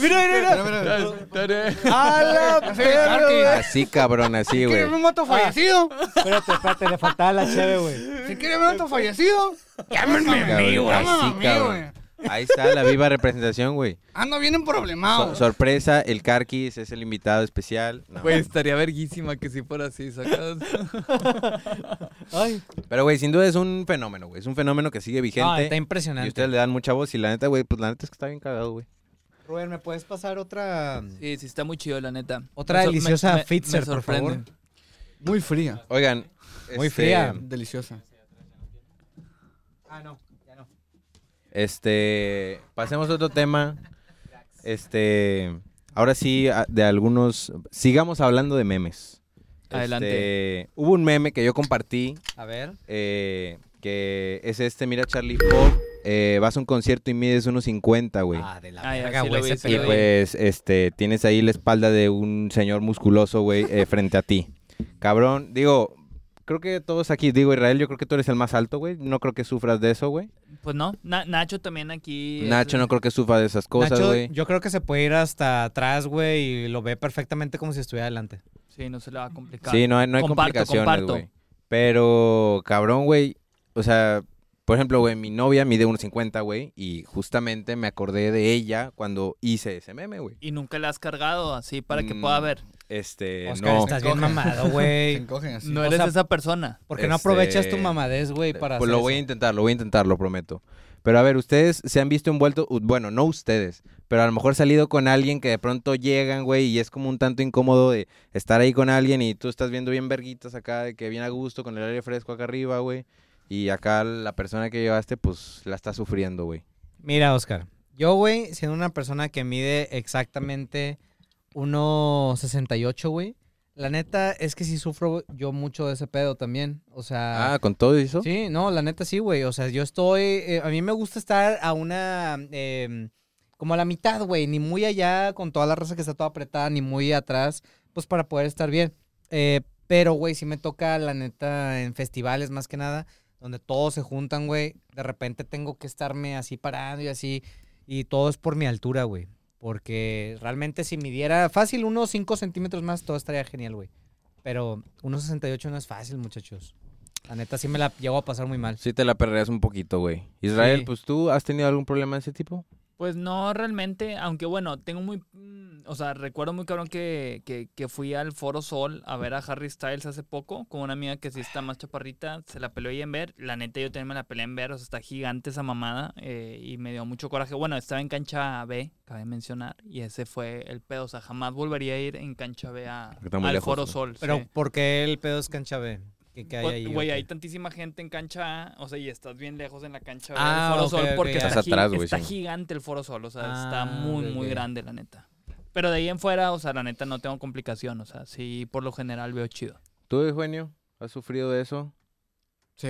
S1: Mira, mira,
S4: Mira, mira.
S1: mira. ¡A la perra, güey!
S2: Así, cabrón, así, güey.
S4: ¿Quiere ver un vato fallecido?
S5: Espérate, espérate, le faltaba la cheve, güey.
S4: ¿Se quiere ver un vato fallecido? Llámenme a mí,
S2: Cabrón,
S4: güey.
S2: así,
S4: Llámenme a mí,
S2: cabrón.
S4: güey.
S2: Ahí está la viva representación, güey.
S4: Ando bien
S2: So-
S4: emproblemado.
S2: sorpresa, el Carquis es el invitado especial. No.
S3: Güey, estaría verguísima que sí fuera así, ¿sacas?
S1: Ay.
S2: Pero, güey, sin duda es un fenómeno, güey. Es un fenómeno que sigue
S1: No, está
S2: vigente. y
S1: impresionante.
S2: ustedes le dan mucha voz. Y la neta, güey, pues la neta es que está bien cagado, güey.
S1: Rubén, ¿me puedes pasar otra...?
S3: Sí, sí, está muy chido, la neta.
S1: Otra
S3: Me sor-
S1: deliciosa
S3: me- me-
S1: Fitzer,
S3: me
S1: por
S3: sorprende.
S1: favor.
S4: Muy fría.
S2: Oigan.
S1: Muy
S2: este,
S1: fría.
S4: Deliciosa.
S1: Ah, no, ya no.
S2: Este, pasemos a otro tema. Este, ahora sí, a- de algunos, sigamos hablando de memes.
S3: Adelante.
S2: Este, hubo un meme que yo compartí,
S1: A ver.
S2: eh, que es este, mira Charlie Pop, eh, vas a un concierto y mides unos 50, güey.
S1: Ah, de la
S3: Ah, ya,
S1: verga,
S3: sí lo
S1: güey.
S3: vi,
S1: ese
S3: sí
S2: y
S3: lo
S1: pedo.
S3: vi.
S2: pues, este, tienes ahí la espalda de un señor musculoso, güey, eh, frente a ti. Cabrón, digo, creo que todos aquí, digo, Israel, yo creo que tú eres el más alto, güey. No creo que sufras de eso, güey.
S3: Pues no, Na- Nacho también aquí. es-
S2: Nacho no creo que sufra de esas cosas,
S1: Nacho,
S2: güey.
S1: yo creo que se puede ir hasta atrás, güey, y lo ve perfectamente como si estuviera adelante.
S3: Sí, no se le va a complicar.
S2: Sí, no hay, no hay
S3: Comparto,
S2: complicaciones,
S3: comparto.
S2: güey. Pero, cabrón, güey. O sea, por ejemplo, güey, mi novia mide 1.50, güey. Y justamente me acordé de ella cuando hice ese meme, güey.
S3: Y nunca la has cargado así para que
S2: Mm,
S3: pueda ver.
S2: Este,
S1: Oscar,
S2: no.
S1: estás bien
S4: Coge.
S1: mamado,
S4: Se
S1: güey.
S4: encogen así.
S3: no
S1: o
S3: eres
S1: sea-
S3: esa persona.
S1: Porque no
S2: Este,
S1: aprovechas tu mamadez, güey, para
S2: Pues
S1: hacer
S2: lo voy a
S1: eso?
S2: intentar, lo voy a intentar, lo prometo. Pero a ver, ustedes se han visto envueltos, u- bueno, no ustedes, pero a lo mejor salido con alguien que de pronto llegan, güey, y es como un tanto incómodo de estar ahí con alguien y tú estás viendo bien verguitas acá, de que bien a gusto, con el aire fresco acá arriba, güey. Y acá la persona que llevaste, pues la está sufriendo, güey.
S1: Mira, Oscar. Yo, güey, siendo una persona que mide exactamente 1.68, güey. La neta es que sí sufro yo mucho de ese pedo también. O sea.
S2: Ah, ¿con todo eso?
S1: Sí, no, la neta sí, güey. O sea, yo estoy. eh, a mí me gusta estar a una. eh, como a la mitad, güey. Ni muy allá con toda la raza que está toda apretada, ni muy atrás, pues para poder estar bien. Eh, pero, güey, sí me toca, la neta, en festivales más que nada, donde todos se juntan, güey. De repente tengo que estarme así parando y así. Y todo es por mi altura, güey. Porque realmente si midiera fácil unos 5 centímetros más, todo estaría genial, güey. Pero 1,68 no es fácil, muchachos. La neta sí me la llevo a pasar muy mal.
S2: Sí te la perderías un poquito, güey. Israel,
S3: Sí.
S2: pues tú has tenido algún problema de ese tipo?
S3: Pues no realmente, aunque bueno, tengo muy... mm, O sea, recuerdo muy cabrón que, que, que fui al Foro Sol a ver a Harry Styles hace poco con una amiga que sí está más chaparrita, se la peleó ella en ver, la neta yo también me la peleé en ver, o sea, está gigante esa mamada eh, y me dio mucho coraje. Bueno, estaba en cancha B, cabe mencionar, y ese fue el pedo, o sea, jamás volvería a ir en cancha B a,
S2: Está muy
S3: al
S2: lejos,
S3: Foro
S2: ¿no?
S3: Sol.
S1: Pero
S3: sí.
S1: ¿por qué el pedo es cancha B? ¿Qué, qué hay
S3: Pues,
S1: ahí? o
S3: Güey,
S1: qué?
S3: hay tantísima gente en cancha A, o sea, y estás bien lejos en la cancha B del
S1: Ah,
S3: Foro
S1: ok,
S3: Sol,
S1: ok,
S3: porque
S1: ya.
S3: está,
S2: Estás
S3: gi-
S2: atrás, güey,
S3: está
S2: sí.
S3: gigante el Foro Sol, o sea,
S1: Ah,
S3: está muy, muy
S1: ok.
S3: grande, la neta. Pero de ahí en fuera, o sea, la neta no tengo complicación, o sea, sí, por lo general veo chido.
S2: ¿Tú, Eugenio, has sufrido de eso?
S4: Sí,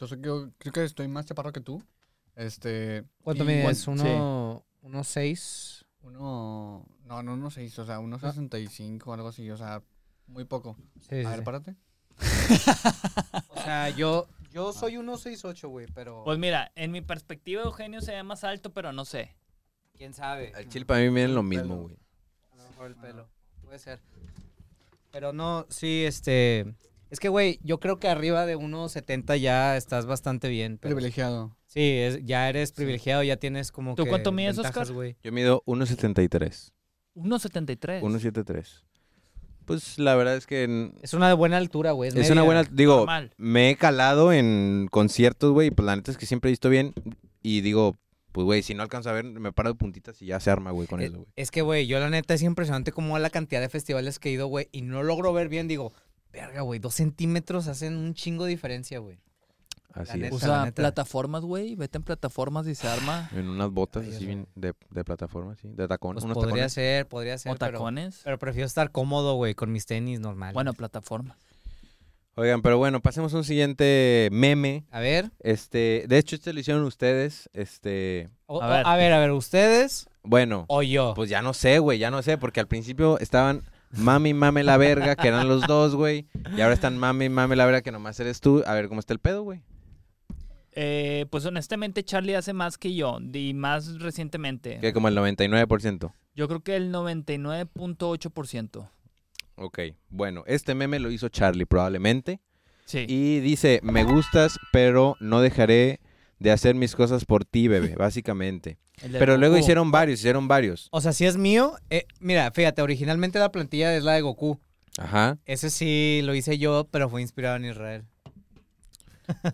S4: yo sé que yo creo que estoy más chaparro que tú. Este.
S1: ¿Cuánto
S4: y-
S1: mides?
S4: bueno,
S1: ¿Uno, uno seis?
S4: Uno. No, no, uno seis, o sea, uno sesenta y cinco, algo así, o sea, muy poco.
S1: Ah. Sí, sí, sí.
S4: A ver, párate.
S1: O sea, yo, yo soy uno seis ocho, güey, pero
S3: Pues mira, en mi perspectiva, Eugenio se ve más alto, pero no sé.
S1: quién sabe.
S2: Al chile para mí miden lo mismo, güey.
S1: A lo mejor el pelo. Puede ser. Pero no, sí, este... Es que, güey, yo creo que arriba de 1.70 ya estás bastante bien. pero-
S4: Privilegiado.
S1: Sí, es- ya eres privilegiado, ya tienes como
S3: ¿Tú
S1: que
S3: cuánto mides,
S1: ventajas,
S3: Oscar?
S1: güey.
S2: Yo mido 1.73.
S3: 1.73.
S2: 1.73. Pues la verdad es que n-
S1: Es una de buena altura, güey.
S2: es, una buena. Digo,
S3: normal.
S2: me he calado en conciertos, güey. y Pues la neta es que siempre he visto bien. Y digo, pues güey, si no alcanzo a ver, me paro de puntitas y ya se arma, güey, con
S1: Eh,
S2: eso, güey.
S1: Es que, güey, yo la neta es impresionante como la cantidad de festivales que he ido, güey, y no logro ver bien. Digo, verga, güey, dos centímetros hacen un chingo de diferencia, güey.
S2: Así
S1: La
S2: es.
S1: neta.
S3: Usa
S1: neta.
S3: plataformas, güey. Vete en plataformas y se arma.
S2: En unas botas
S1: Ay,
S2: así
S1: Dios
S2: bien de, de plataforma, sí. De tacón.
S1: Pues
S2: unos
S1: podría
S2: tacones.
S1: ser, podría ser.
S3: o tacones.
S1: Pero, pero prefiero estar cómodo, güey, con mis tenis normales.
S3: bueno, plataforma.
S2: Oigan, pero bueno, pasemos a un siguiente meme.
S1: a ver,
S2: Este, de hecho, este lo hicieron ustedes. Este,
S1: o- o-
S3: A
S1: a,
S3: ver.
S1: ver. a ver, ¿ustedes
S2: bueno,
S1: o yo?
S2: pues ya no sé, güey, ya no sé, porque al principio estaban mami, mame la verga, que eran los dos, güey. Y ahora están mami, mame la verga, que nomás eres tú. A ver cómo está el pedo, güey.
S3: Eh, pues honestamente, Charlie hace más que yo. Y más recientemente.
S2: Que como el 99%.
S3: Yo creo que el 99.8%.
S2: Ok, bueno, este meme lo hizo Charlie probablemente.
S3: Sí.
S2: Y dice, me gustas, pero no dejaré de hacer mis cosas por ti, bebé, básicamente.
S3: el de
S2: Pero luego
S3: Goku.
S2: hicieron varios, hicieron varios.
S1: O sea, si es mío, eh, mira, fíjate, originalmente la plantilla es la de Goku.
S2: Ajá.
S1: Ese sí lo hice yo, pero fue inspirado en Israel.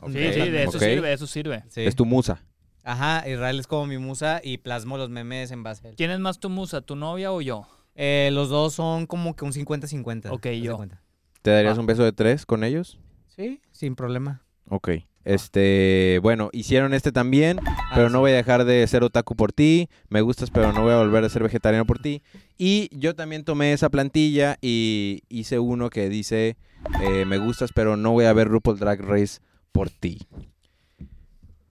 S2: ok,
S3: Sí, sí, de eso
S2: ok.
S3: sirve, de eso sirve.
S1: Sí.
S2: Es tu musa.
S1: Ajá, Israel es como mi musa y plasmo los memes en base a él.
S3: ¿Quién es más tu musa, tu novia o yo?
S1: Eh, los dos son como que un 50-50.
S3: Ok,
S1: haz de
S3: yo.
S1: cuenta.
S2: ¿Te darías
S3: Va.
S2: un beso de tres con ellos?
S1: Sí, sin problema.
S2: Ok. Este, bueno, hicieron este también,
S1: Ah,
S2: pero no voy a dejar de ser otaku por ti, me gustas, pero no voy a volver a ser vegetariano por ti. Y yo también tomé esa plantilla y hice uno que dice, eh, me gustas, pero no voy a ver RuPaul Drag Race por ti.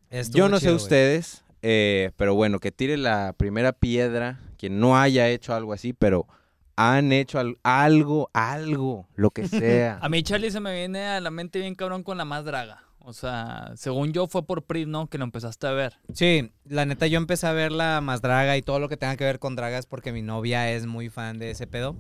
S1: Estuvo
S2: Yo
S1: chido,
S2: no sé
S1: güey.
S2: ustedes, eh, pero bueno, que tire la primera piedra, quien no haya hecho algo así, pero han hecho al- algo, algo, lo que sea.
S3: A mí Charlie se me viene a la mente bien cabrón con la más draga. O sea, según yo fue por Pris, ¿no? Que lo empezaste a ver.
S1: Sí, la neta yo empecé a ver la más draga y todo lo que tenga que ver con dragas porque mi novia es muy fan de ese pedo.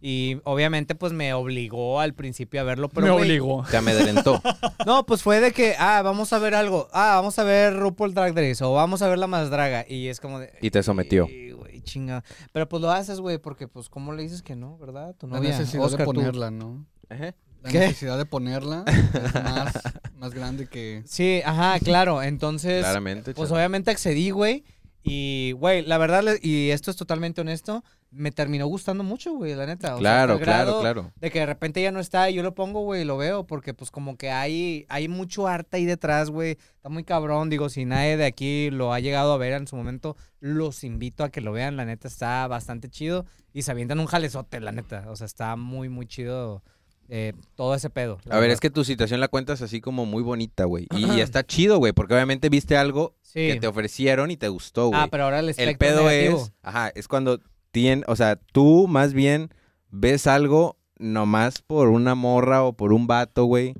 S1: Y obviamente pues me obligó al principio a verlo, pero güey,
S2: Te amedrentó.
S1: No, pues fue de que, ah, vamos a ver algo, ah, vamos a ver RuPaul Drag Race o vamos a ver la más draga y es como de
S2: Y te sometió.
S1: "Ey, güey, chinga. Pero pues lo haces, güey, porque pues cómo le dices que no, ¿verdad? Tu
S4: La
S1: novia,
S4: necesidad
S1: Oscar, tú.
S4: de ponerla, ¿no?
S2: Ajá.
S4: La
S1: ¿Qué?
S4: necesidad de ponerla es más, más grande que...
S1: Sí, ajá, claro. Entonces,
S2: Claramente.
S1: Pues
S2: chavo.
S1: obviamente accedí, güey. Y, güey, la verdad, le- y esto es totalmente honesto, me terminó gustando mucho, güey, la neta. O sea, hasta
S2: claro,
S1: el
S2: claro,
S1: grado
S2: claro.
S1: De que de repente ya no está y yo lo pongo, güey, y lo veo, porque pues como que hay, hay mucho arte ahí detrás, güey. Está muy cabrón, digo, si nadie de aquí lo ha llegado a ver en su momento, los invito a que lo vean, la neta está bastante chido. Y se avientan un jalezote, la neta. O sea, está muy, muy chido eh, todo ese pedo. la
S2: A ver,
S1: verdad.
S2: es que tu situación la cuentas así como muy bonita, güey. Y, y está chido, güey, porque obviamente viste algo
S1: Sí.
S2: que te ofrecieron y te gustó, güey.
S1: ah, pero ahora el
S2: el
S1: espectro
S2: pedo
S1: negativo.
S2: es, ajá, es cuando tien, o sea, tú más bien ves algo nomás por una morra o por un vato, güey.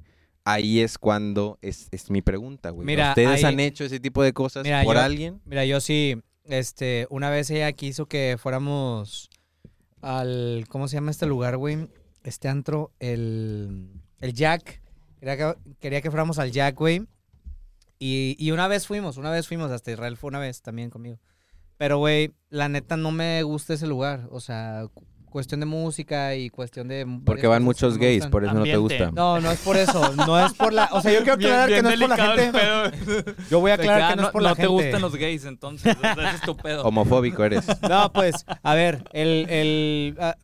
S2: Ahí es cuando es, es mi pregunta, güey.
S1: Mira, ahí-
S2: ¿Ustedes han hecho ese tipo de cosas
S1: Mira,
S2: por
S1: yo-
S2: alguien?
S1: Mira, yo sí, este, una vez ella quiso que fuéramos al, ¿cómo se llama este lugar, güey? Este antro, el, el Jack. Quería que, quería que fuéramos al Jack, güey. Y, y una vez fuimos, una vez fuimos, hasta Israel fue una vez también conmigo. Pero, güey, la neta no me gusta ese lugar. O sea, cu- cuestión de música y cuestión de...
S2: Porque
S1: varias
S2: van
S1: cosas que
S2: muchos
S1: no me
S2: gays,
S1: gustan.
S2: por eso
S3: Ambiente.
S2: no te gusta.
S1: No, no es por eso, no es por la... O sea, yo quiero aclarar que no es por la gente... Yo voy a aclarar que no es por la gente.
S3: ah, te gustan los gays, entonces. Ese es tu pedo.
S2: Homofóbico eres.
S1: No, pues, a ver, el, el, ah,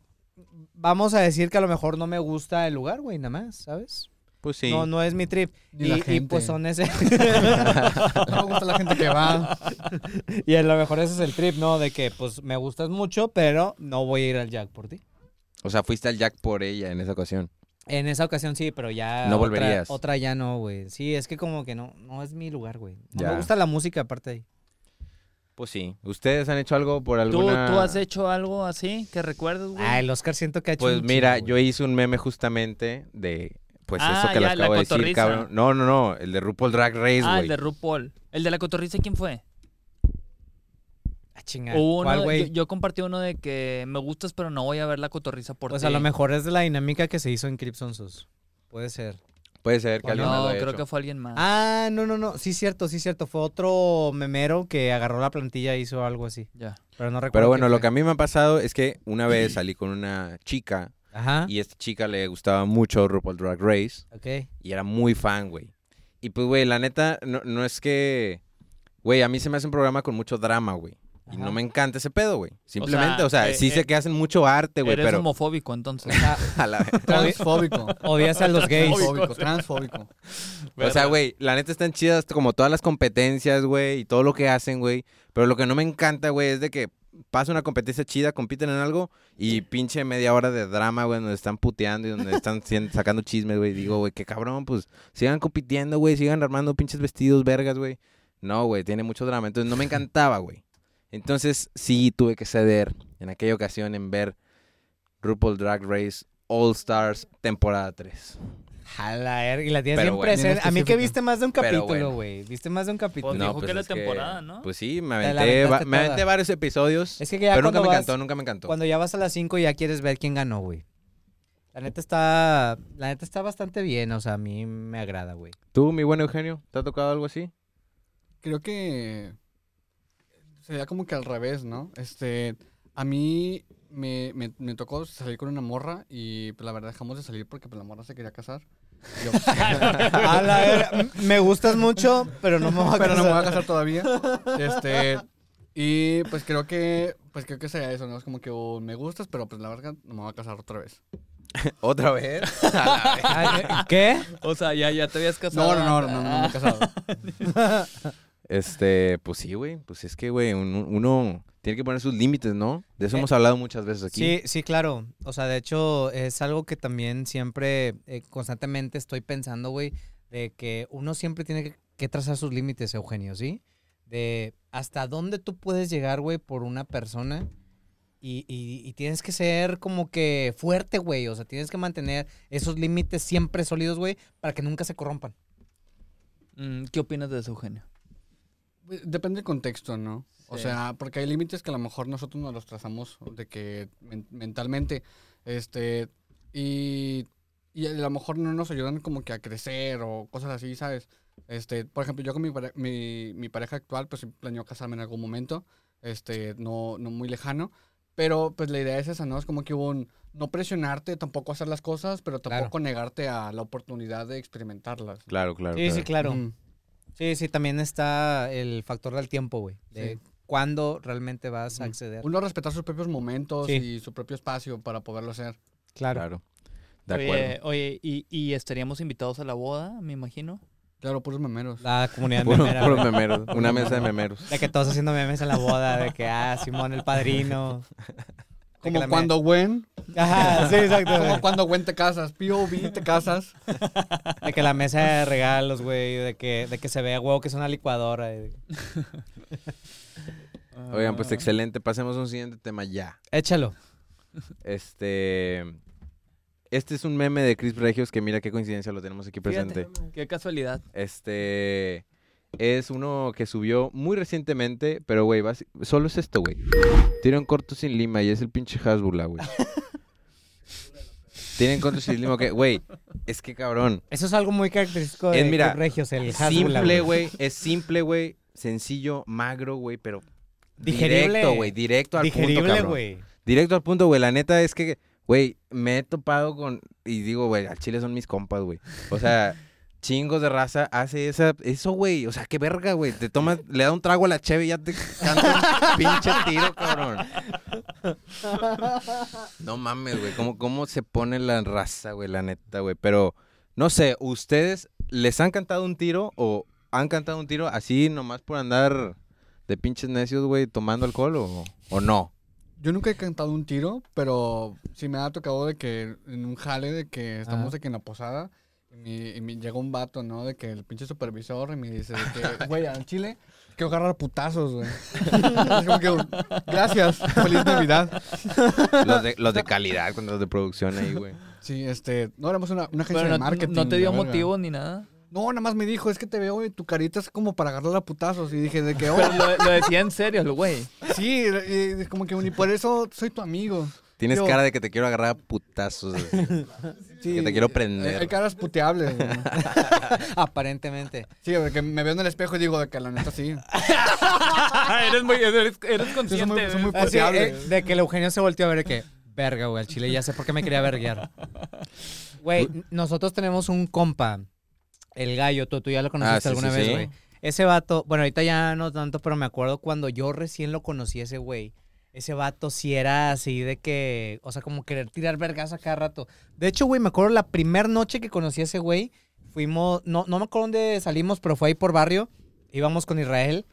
S1: vamos a decir que a lo mejor no me gusta el lugar, güey, nada más, ¿sabes?
S2: Pues sí.
S1: No, no es mi trip.
S4: Ni
S1: Y,
S4: la
S1: y,
S4: gente.
S1: pues son ese.
S4: No me gusta la gente que va.
S1: y a lo mejor ese es el trip, ¿no? De que pues me gustas mucho, pero no voy a ir al Jack por ti.
S2: O sea, fuiste al Jack por ella en esa ocasión.
S1: En esa ocasión sí, pero ya.
S2: No
S1: otra-
S2: volverías.
S1: Otra, ya no, güey. Sí, es que como que no, no es mi lugar, güey. No
S2: Ya.
S1: me gusta la música aparte de ahí.
S2: Pues sí. ¿Ustedes han hecho algo por
S3: ¿Tú,
S2: alguna...?
S3: ¿Tú has hecho algo así que recuerdes, güey?
S1: Ah, el Oscar siento que ha hecho
S2: Pues
S1: un
S2: mira,
S1: chingo,
S2: yo
S1: güey.
S2: hice un meme justamente de... Pues
S3: Ah,
S2: eso que
S3: ya,
S2: le
S3: la
S2: acabo de decir,
S3: cotorriza.
S2: cabrón. No, no, no. El de RuPaul Drag Race,
S3: Ah,
S2: güey.
S3: el de RuPaul. ¿El de la cotorriza quién fue?
S1: Ah, chinga.
S3: Hubo uno
S1: ¿Cuál,
S3: de-
S1: güey?
S3: yo, yo compartí uno de que me gustas, pero no voy a ver la cotorriza por
S1: Pues
S3: ti.
S1: a lo mejor es la dinámica que se hizo en Crimson Sus. Puede ser.
S2: Puede ser que
S1: No,
S2: alguien más lo
S3: Pues No,
S2: haya
S3: creo
S2: hecho.
S3: que fue alguien más.
S1: Ah, no, no, no. Sí, cierto, sí, cierto. Fue otro memero que agarró la plantilla e hizo algo así.
S3: Ya.
S1: Pero no recuerdo.
S2: Pero bueno,
S1: quién
S2: lo
S1: fue.
S2: que a mí me ha pasado es que una vez salí con una chica
S1: Ajá.
S2: y a esta chica le gustaba mucho RuPaul Drag Race
S1: Ok.
S2: y era muy fan, güey. Y pues, güey, la neta, no, no es que... Güey, a mí se me hace un programa con mucho drama, güey. Y
S1: Ajá.
S2: no me encanta ese pedo, güey. Simplemente, o sea,
S3: eh,
S2: sí sé
S3: eh,
S2: que hacen mucho arte, güey,
S3: Eres
S2: pero...
S3: homofóbico, entonces.
S2: A la vez.
S4: Transfóbico.
S1: Odias a los gays.
S4: Transfóbico, transfóbico.
S2: O sea, güey, la neta están chidas como todas las competencias, güey, y todo lo que hacen, güey. Pero lo que no me encanta, güey, es de que pasa una competencia chida, compiten en algo y pinche media hora de drama, güey, donde están puteando y donde están sien- sacando chismes, güey. Digo, güey, qué cabrón, pues sigan compitiendo, güey, sigan armando pinches vestidos vergas, güey. No, güey, tiene mucho drama. Entonces no me encantaba, güey. Entonces sí tuve que ceder en aquella ocasión en ver RuPaul Drag Race All Stars temporada 3.
S1: A la verga, y la tienes
S2: Pero
S1: bien
S2: bueno.
S1: presente.
S4: Bien
S1: A mí que
S4: específico.
S1: viste más de un
S2: Pero
S1: capítulo,
S2: bueno.
S1: güey. Viste más de un capítulo.
S3: Pues dijo que la
S2: es
S3: temporada, ¿no?
S2: Pues sí, me
S1: Te la
S2: aventé, va-
S1: aventaste
S2: me
S1: toda.
S2: aventé varios episodios.
S1: Es que ya
S2: pero nunca
S1: cuando
S2: me
S1: vas-
S2: encantó, nunca me encantó.
S1: Cuando ya vas a las 5 ya quieres ver quién ganó, güey. La neta está. La neta está bastante bien, o sea, a mí me agrada, güey.
S2: ¿Tú, mi buen Eugenio, te ha tocado algo así?
S4: Creo que sería como que al revés, ¿no? Este, a mí me, me- me tocó salir con una morra y pues, la verdad dejamos de salir porque pues, la morra se quería casar. Yo, pues,
S1: A la verga, me gustas mucho, pero no me voy a
S4: pero no me voy a
S1: casar.
S4: casar todavía. Este, y pues creo que pues creo que sería eso, ¿no? Es como que oh, me gustas, pero pues la verdad no me voy a casar otra vez.
S2: ¿Otra vez?
S1: Ay, ¿Qué?
S3: O sea, ya, ya te habías casado.
S4: No, no, no, no, no, no me he casado.
S2: Este, pues sí, güey. Pues es que, güey, un- uno tiene que poner sus límites, ¿no? De eso hemos hablado muchas veces aquí.
S1: Eh, Sí, sí, claro. O sea, de hecho, es algo que también siempre, eh, constantemente estoy pensando, güey, de que uno siempre tiene que, que trazar sus límites, Eugenio, ¿sí? De hasta dónde tú puedes llegar, güey, por una persona. Y, y- y tienes que ser como que fuerte, güey. O sea, tienes que mantener esos límites siempre sólidos, güey, para que nunca se corrompan.
S3: Mm, ¿Qué opinas de eso, Eugenio?
S4: Pues, Depende del contexto, ¿no? O
S3: Sí.
S4: sea, porque hay límites que a lo mejor nosotros nos los trazamos de que men- mentalmente, este, y, y a lo mejor no nos ayudan como que a crecer o cosas así, ¿sabes? Este, por ejemplo, yo con mi, pare- mi, mi pareja actual, pues sí planeo casarme en algún momento, este, no, no muy lejano, pero pues la idea es esa, ¿no? Es como que hubo un, no presionarte, tampoco hacer las cosas, pero
S1: Claro.
S4: tampoco negarte a la oportunidad de experimentarlas.
S2: Claro, claro.
S1: Sí, sí, claro.
S4: Mm.
S1: Sí, sí, también está el factor del tiempo, güey. De
S4: Sí.
S1: cuándo realmente vas a
S4: Ujú.
S1: acceder.
S4: Uno respetar sus propios momentos
S1: Sí.
S4: y su propio espacio para poderlo hacer.
S1: Claro.
S2: claro. De
S3: Oye,
S2: acuerdo.
S3: Oye, y, y estaríamos invitados a la boda, me imagino.
S4: Claro, puros memeros.
S1: La comunidad
S2: Puro-
S1: memera,
S2: puros
S1: güey.
S2: memeros. Una mesa de memeros.
S1: De que todos haciendo memes en la boda, de que, ah, Simón el padrino. De que la
S4: Como
S1: me-
S4: cuando Gwen,
S1: Ajá, sí, exacto.
S4: como
S1: güey.
S4: cuando Gwen te casas, POV te casas.
S1: De que la mesa de regalos, güey, de que, de que se vea, huevo, que es una licuadora. y- Ah.
S2: Oigan, pues excelente. Pasemos a un siguiente tema ya.
S1: Échalo.
S2: Este. Este es un meme de Chris Regios que mira qué coincidencia lo tenemos aquí presente.
S3: Qué casualidad.
S2: Este es uno que subió muy recientemente, pero güey, basi- solo es esto, güey. Tienen corto sin lima y es el pinche Hasbula, güey. Tienen corto sin lima, que güey, es que cabrón.
S1: Eso es algo muy característico de
S2: Es, mira,
S1: Club Regios, el Hasbula,
S2: Simple, güey, es simple, güey, sencillo, magro, güey, pero
S1: Digerible.
S2: directo, güey, directo al punto,
S1: Digerible,
S2: cabrón.
S1: güey.
S2: Directo al punto, güey. La neta es que, güey, me he topado con. Y digo, güey, al chile son mis compas, güey. O sea, chingos de raza hace esa, eso, güey. O sea, qué verga, güey. Te tomas, le da un trago a la cheve y ya te canta un pinche tiro, cabrón. No mames, güey. ¿Cómo, ¿Cómo se pone la raza, güey? La neta, güey. Pero, no sé, ¿ustedes les han cantado un tiro o han cantado un tiro así nomás por andar de pinches necios, güey, tomando alcohol o, o no?
S4: Yo nunca he cantado un tiro, pero sí me ha tocado de que en un jale de que estamos
S1: Ajá.
S4: de que en la posada y me, y me llega un vato, ¿no? De que el pinche supervisor y me dice de que, güey, en Chile quiero agarrar putazos, güey. Es como que, gracias, feliz Navidad.
S2: Los de, los de calidad contra los de producción ahí, güey.
S4: Sí, este, no éramos una, una agencia
S3: Pero no,
S4: de marketing.
S3: no te dio
S4: la verga.
S3: motivo ni nada.
S4: No, nada más me dijo, es que te veo y tu carita es como para agarrar a putazos. Y dije, de que, oh,
S3: Pero lo, lo decía en serio, el güey.
S4: Sí, eh, es como que un, y por eso soy tu amigo.
S2: Tienes
S4: Yo-
S2: cara de que te quiero agarrar a putazos. así.
S4: Sí,
S2: Que te quiero
S4: eh,
S2: prender.
S4: Hay caras puteables. güey.
S1: Aparentemente.
S4: Sí, porque me veo en el espejo y digo de que la neta sí.
S3: Ah, eres, muy, eres,
S4: Sí, son muy-
S3: consciente.
S4: son muy
S1: Así,
S4: puteables.
S1: eh, de que el Eugenio se volteó a ver de que, verga, güey, al chile ya sé por qué me quería verguear. Güey, nosotros tenemos un compa, el gallo, tú, tú ya lo conociste
S2: Ah, sí,
S1: alguna
S2: sí,
S1: vez,
S2: sí.
S1: güey. Ese vato, bueno, ahorita ya no tanto, pero me acuerdo cuando yo recién lo conocí, ese güey. Ese vato sí era así de que, o sea, como querer tirar vergas a cada rato. De hecho, güey, me acuerdo la primera noche que conocí a ese güey, fuimos, no, no me acuerdo dónde salimos, pero fue ahí por barrio, íbamos con Israel.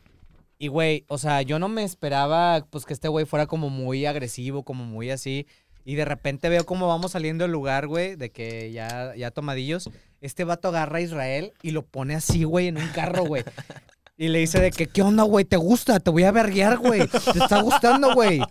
S1: Y, güey, o sea, yo no me esperaba, pues, que este güey fuera como muy agresivo, como muy así. Y de repente veo cómo vamos saliendo del lugar, güey, de que ya, ya tomadillos. Este vato agarra a Israel y lo pone así, güey, en un carro, güey. Y le dice de que, ¿qué onda, güey? ¿Te gusta? Te voy a verguear, güey. Te está gustando, güey.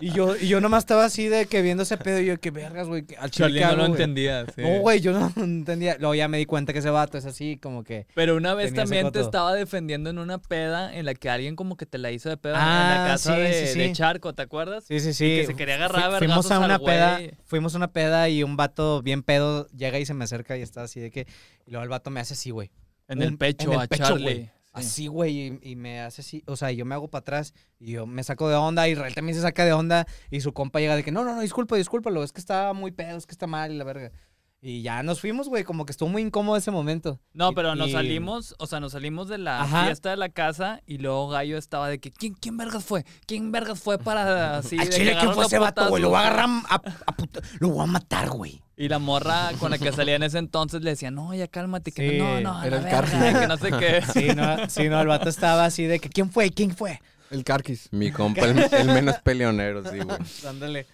S1: Y yo, y yo nomás estaba así de que viendo ese pedo y yo, qué vergas, güey. que- Al chile,
S3: Charlie
S1: ¿qué
S3: no
S1: hago,
S3: lo
S1: güey?"
S3: entendía. sí.
S1: No, güey, yo no entendía. Luego ya me di cuenta que ese vato es así, como que...
S3: Pero una vez
S1: Tenía ese
S3: también te
S1: coto.
S3: estaba defendiendo en una peda en la que alguien como que te la hizo de pedo en- en
S1: Ah,
S3: la casa
S1: sí,
S3: de,
S1: sí, sí.
S3: de Charco, ¿te acuerdas?
S1: Sí, sí, sí.
S3: Y que se quería agarrar a
S1: Fui- Fuimos a
S3: vergazos al
S1: una peda,
S3: güey.
S1: fuimos a una peda y un vato bien pedo llega y se me acerca y está así de que... Y luego el vato me hace así, güey.
S3: En
S1: Un-
S3: el pecho
S1: en el
S3: a
S1: pecho, Ah,
S3: Charlie.
S1: güey. Así, güey, y, y me hace así, o sea, yo me hago para atrás y yo me saco de onda, Israel también se saca de onda y su compa llega de que, no, no, no, disculpa, discúlpalo, es que está muy pedo, es que está mal y la verga. Y ya nos fuimos, güey, como que estuvo muy incómodo ese momento.
S3: No,
S1: Y-
S3: pero nos
S1: y-
S3: salimos, o sea, nos salimos de la
S1: Ajá.
S3: fiesta de la casa y luego Gallo estaba de que, ¿quién, quién vergas fue? ¿Quién vergas fue para así?
S1: Al
S3: de
S1: chile, ¿quién
S3: que agarrarlo
S1: fue
S3: a
S1: ese vato, güey? Lo voy a
S3: putazos?
S1: agarrar a, a puta- lo voy a matar, güey.
S3: Y la morra con la que salía en ese entonces le decía, no, ya cálmate, que
S1: Sí,
S3: no, no, a
S4: era
S3: la
S4: el
S3: verga,
S4: Carlos.
S3: que no sé qué.
S1: Sí, no, sí, no, el vato estaba así de que, ¿quién fue? ¿Quién fue?
S4: El Carquis.
S2: Mi compa, el, el menos peleonero, sí, güey.
S1: Dándole.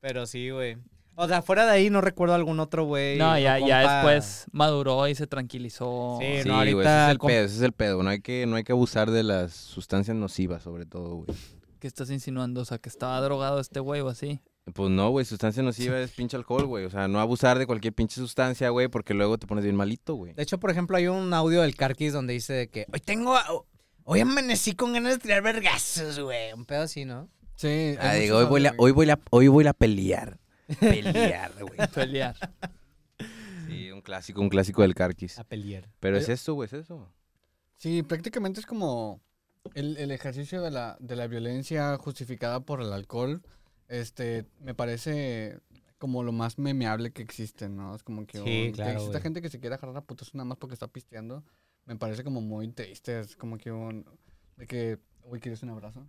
S1: Pero sí, güey. O sea, fuera de ahí no recuerdo algún otro, güey.
S3: No,
S1: o
S3: ya, ya
S1: compa.
S3: después maduró y se tranquilizó.
S1: Sí,
S2: Sí,
S1: no,
S2: güey, ese
S1: ahorita
S2: es el
S1: com-
S2: pedo, ese es el pedo. No hay que, no hay que abusar de las sustancias nocivas, sobre todo, güey.
S3: ¿Qué estás insinuando? O sea, que estaba drogado este güey o así.
S2: Pues no, güey, sustancia nociva es pinche alcohol, güey. O sea, no abusar de cualquier pinche sustancia, güey, porque luego te pones bien malito, güey.
S1: De hecho, por ejemplo, hay un audio del Carquis donde dice de que hoy tengo. a- Hoy amanecí con ganas de tirar vergazos, güey. Un pedo así, ¿no?
S4: Sí. hay
S2: Ah,
S4: muchos
S2: digo, hoy voy, a,
S4: audios,
S2: hoy, voy a, hoy voy a pelear. Pelear, güey.
S3: Pelear.
S2: Sí, un clásico, un clásico del
S4: Ah,
S2: Carquis.
S1: pelear.
S2: Pero es eso, güey, es eso.
S4: Sí, prácticamente es como el, el ejercicio de la, de la violencia justificada por el alcohol. Este, me parece como lo más memeable que existe, ¿no? Es como
S1: Sí,
S4: que, un- que
S1: claro,
S4: exista
S1: güey.
S4: gente que se quiera agarrar a putas nada más porque está pisteando. Me parece como muy triste. Es como que un. De que. Uy, ¿quieres un abrazo?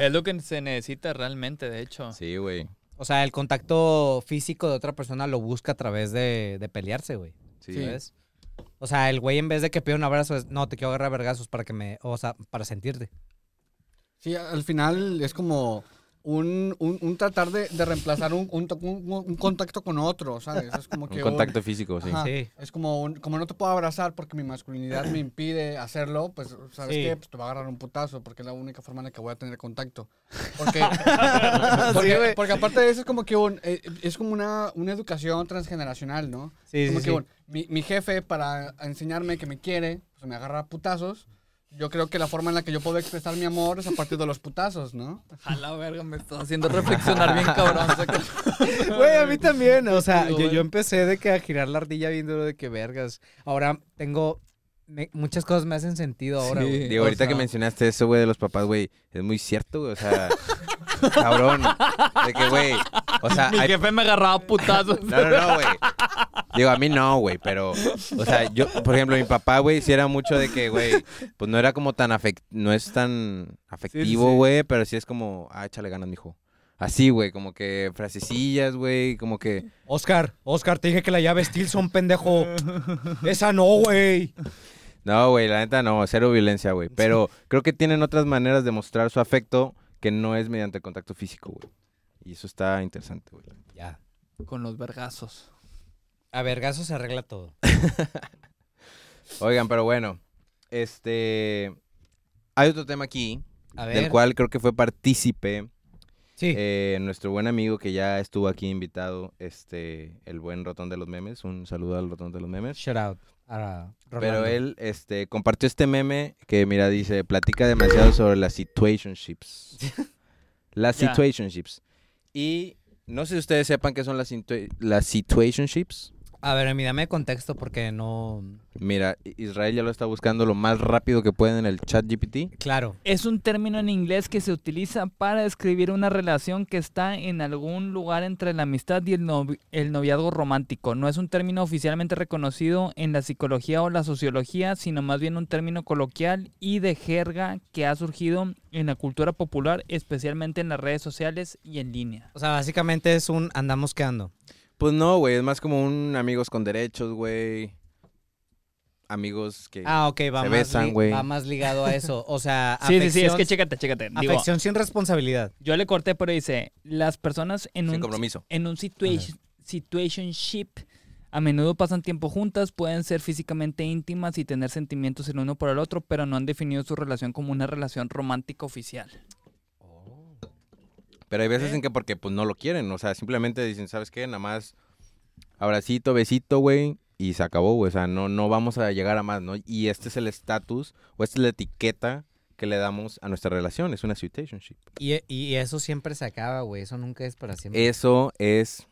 S3: es lo que se necesita realmente, de
S4: Ah.
S3: hecho.
S2: Sí, güey.
S1: O sea, el contacto físico de otra persona lo busca a través de, de pelearse, güey.
S2: Sí.
S4: Sí.
S1: ¿Sabes? O sea, el güey en vez de que pida un abrazo es, no, te quiero agarrar a vergazos para que me, o sea, para sentirte.
S4: Sí, al final es como un, un, un tratar de, de reemplazar un, un, to- un- un contacto con otro, ¿sabes? Es como que.
S2: Un
S4: un-
S2: contacto físico, sí.
S4: Ajá.
S1: Sí.
S4: Es como, un- como no te puedo abrazar porque mi masculinidad me impide hacerlo, pues, ¿sabes
S1: Sí.
S4: qué? Pues te va a agarrar un putazo porque es la única forma en la que voy a tener contacto. Porque,
S1: Sí,
S4: porque,
S1: güey.
S4: porque aparte de eso es como que un- eh, es como una, una educación transgeneracional, ¿no?
S1: Sí,
S4: como
S1: sí,
S4: que
S1: sí.
S4: un- mi, mi jefe para enseñarme que me quiere, pues me agarra a putazos. Yo creo que la forma en la que yo puedo expresar mi amor es a partir de los putazos, ¿no?
S3: A la verga, me estás haciendo reflexionar bien cabrón. saca-
S1: Güey, a mí también. O sea,
S3: Digo,
S1: yo,
S3: güey.
S1: yo empecé de que a girar la ardilla viéndolo de que vergas. Ahora tengo. me- muchas cosas me hacen sentido ahora,
S3: Sí.
S1: güey.
S2: Digo,
S1: O
S2: ahorita que
S1: sea,
S2: mencionaste eso, güey, de los papás, güey, es muy cierto, güey. O sea, cabrón. De que, güey, o sea,
S3: Mi
S2: hay
S3: jefe me agarraba a putazos.
S2: No, no, no, güey. Digo, a mí no, güey, pero, o sea, yo, por ejemplo, mi papá, güey, sí era mucho de que, güey, pues no era como tan afectivo, no es tan afectivo, güey, pero sí es como, ah, échale ganas, mijo. Así, güey, como que frasecillas, güey, como que,
S1: Oscar, Oscar, te dije que la llave Stilson, pendejo. Esa no, güey.
S2: no, güey, la neta no, cero violencia, güey, pero creo que tienen otras maneras de mostrar su afecto que no es mediante contacto físico, güey. Y eso está interesante, güey.
S1: Ya.
S3: Con los vergazos.
S1: A vergazos se arregla todo.
S2: Oigan, pero bueno, este, hay otro tema aquí
S1: A ver.
S2: del cual creo que fue partícipe
S1: Sí.
S2: eh, nuestro buen amigo que ya estuvo aquí invitado, este, el buen Rotón de los Memes. Un saludo al Rotón de los Memes.
S1: Shout out. a Rolando.
S2: Pero él este, compartió este meme que, mira, dice, platica demasiado sobre las situationships. las
S3: Ya.
S2: situationships. Y no sé si ustedes sepan qué son las, situa- las situationships.
S1: A ver, mi dame contexto porque no.
S2: Mira, I- Israel ya lo está buscando lo más rápido que pueden en el chat GPT.
S1: Claro.
S3: Es un término en inglés que se utiliza para describir una relación que está en algún lugar entre la amistad y el, novi- el noviazgo romántico. No es un término oficialmente reconocido en la psicología o la sociología, sino más bien un término coloquial y de jerga que ha surgido en la cultura popular, especialmente en las redes sociales y en línea.
S1: O sea, básicamente es un andamos quedando.
S2: Pues no, güey, es más como un amigos con derechos, güey. Amigos que...
S1: Ah, ok, va,
S2: Se
S1: más,
S2: besan,
S1: li-
S2: güey.
S1: va más ligado a eso. O sea,
S3: Sí,
S1: afección,
S3: sí, sí, es que chécate, chécate. Digo,
S1: afección sin responsabilidad.
S3: yo le corté, pero dice, las personas en
S2: sin
S3: un
S2: compromiso.
S3: en un situation, situationship a menudo pasan tiempo juntas, pueden ser físicamente íntimas y tener sentimientos el uno por el otro, pero no han definido su relación como una relación romántica oficial.
S2: Pero hay veces en que porque pues no lo quieren, o sea, simplemente dicen, ¿sabes qué? Nada más abracito, besito, güey, y se acabó, güey. O sea, no, no vamos a llegar a más, ¿no? Y este es el estatus o esta es la etiqueta que le damos a nuestra relación, es una situationship.
S1: Y, e, y eso siempre se acaba, güey. Eso nunca es para siempre.
S2: Eso es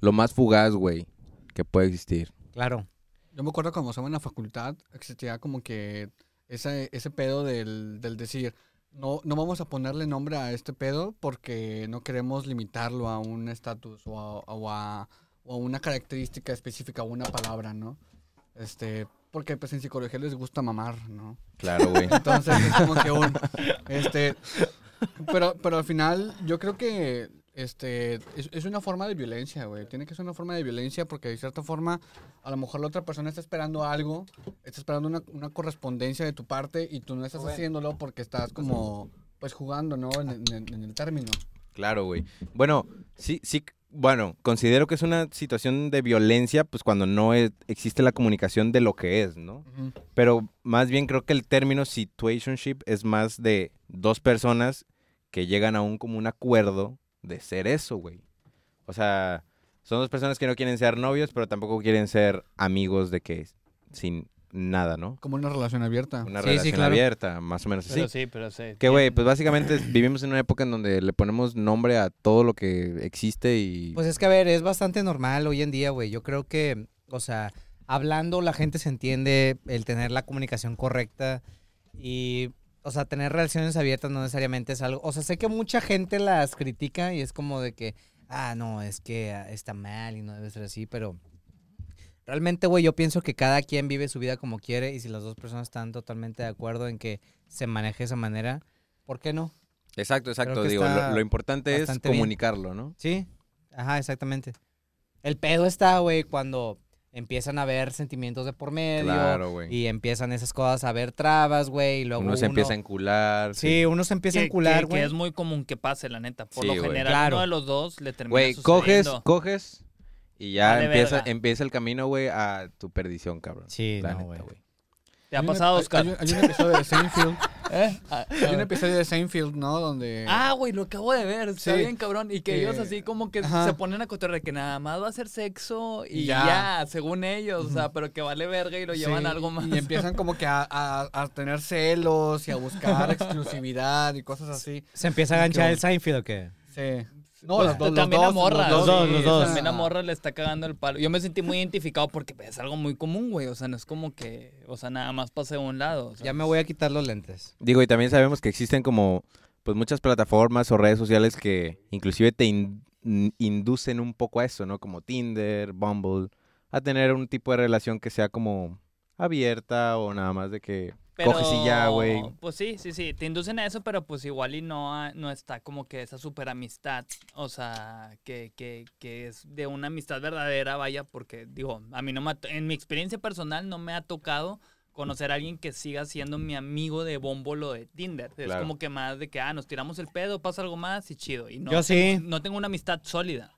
S2: lo más fugaz, güey, que puede existir.
S1: claro.
S4: Yo me acuerdo cuando estaba en la facultad, existía como que ese, ese pedo del, del decir, no, no vamos a ponerle nombre a este pedo porque no queremos limitarlo a un estatus o a, o, a, o a una característica específica o una palabra, ¿no? Este, porque pues en psicología les gusta mamar, ¿no?
S2: Claro, güey.
S4: Entonces es como que un, este, pero, pero al final yo creo que este es, es una forma de violencia, güey. Tiene que ser una forma de violencia porque de cierta forma a lo mejor la otra persona está esperando algo, está esperando una, una correspondencia de tu parte y tú no estás haciéndolo porque estás como pues jugando, ¿no? En, en- en el término.
S2: Claro, güey. Bueno, sí, sí, bueno, considero que es una situación de violencia, pues cuando no es- existe la comunicación de lo que es, ¿no?
S4: Ujú.
S2: Pero más bien creo que el término situationship es más de dos personas que llegan a un como un acuerdo de ser eso, güey. O sea, son dos personas que no quieren ser novios, pero tampoco quieren ser amigos de que sin nada, ¿no?
S4: Como una relación abierta.
S2: Una
S1: Sí, sí,
S2: relación
S1: claro.
S2: abierta, más o menos así.
S3: pero sí.
S2: Que güey, pues básicamente vivimos en una época en donde le ponemos nombre a todo lo que existe y
S1: Pues es que, a ver, es bastante normal hoy en día, güey. Yo creo que, o sea, hablando la gente se entiende el tener la comunicación correcta y, o sea, tener relaciones abiertas no necesariamente es algo. O sea, sé que mucha gente las critica y es como de que, ah, no, es que ah, está mal y no debe ser así, pero realmente, güey, yo pienso que cada quien vive su vida como quiere y si las dos personas están totalmente de acuerdo en que se maneje de esa manera, ¿por qué no?
S2: exacto, exacto,
S1: que
S2: digo,
S1: está
S2: lo, lo importante es
S1: bastante bien.
S2: comunicarlo, ¿no?
S1: Sí, ajá, exactamente. El pedo está, güey, cuando empiezan a haber sentimientos de por medio
S2: Claro, güey.
S1: y empiezan esas cosas a ver trabas, güey, y luego
S2: Uno se empieza a encular.
S1: Sí, uno se empieza a
S3: Que,
S1: encular,
S3: que- que
S1: güey.
S3: es muy común que pase, la neta. Por
S2: Sí,
S3: lo
S2: güey.
S3: general,
S1: Claro.
S3: uno de los dos le termina
S2: Güey, coges,
S3: sucediendo.
S2: coges y ya
S3: Vale
S2: empieza,
S3: verga.
S2: empieza el camino, güey, a tu perdición, cabrón.
S1: Sí,
S2: La
S1: no,
S2: neta,
S1: güey.
S3: ¿Te ha
S4: Hay una-
S3: pasado,
S4: hay-
S3: Oscar?
S4: Hay, un- hay un episodio de Seinfeld.
S3: ¿Eh? Ah, ah,
S4: Hay un episodio de Seinfeld, ¿no? Donde.
S3: Ah, güey, lo acabo de ver. Está
S4: Sí.
S3: bien, cabrón. Y que
S4: Eh,
S3: ellos así como que
S4: ajá.
S3: se ponen a cotorrear que nada más va a ser sexo y ya,
S4: Ya.
S3: según ellos. O sea, pero que vale verga y lo llevan
S4: Sí,
S3: a algo más.
S4: Y empiezan como que a, a- a tener celos y a buscar exclusividad y cosas así.
S1: Se empieza a ganchar el Seinfeld o qué.
S4: Sí. No,
S3: Pues,
S4: las dos- los
S3: también
S4: dos,
S3: a morras.
S1: los dos,
S4: sí,
S1: los dos.
S4: o sea,
S3: También a morra le está cagando el palo. Yo me sentí muy identificado porque pues, es algo muy común, güey. O sea, no es como que, o sea, nada más pasé a un lado. o sea.
S1: Ya me voy a quitar los lentes.
S2: Digo, y también sabemos que existen como pues muchas plataformas o redes sociales que inclusive te in- in- inducen un poco a eso, ¿no? Como Tinder, Bumble, a tener un tipo de relación que sea como abierta o nada más de que
S3: Pero,
S2: coges y ya, güey.
S3: Pues sí, sí, sí. Te inducen a eso, pero pues igual y no, a- no está como que esa super amistad. O sea, que, que, que es de una amistad verdadera, vaya, porque digo, a mí no me ha to- en mi experiencia personal no me ha tocado conocer a alguien que siga siendo mi amigo de Bumble o de Tinder. Es
S2: Claro.
S3: como que más de que, ah, nos tiramos el pedo, pasa algo más y chido. Y no
S1: Yo sí.
S3: no tengo una amistad sólida.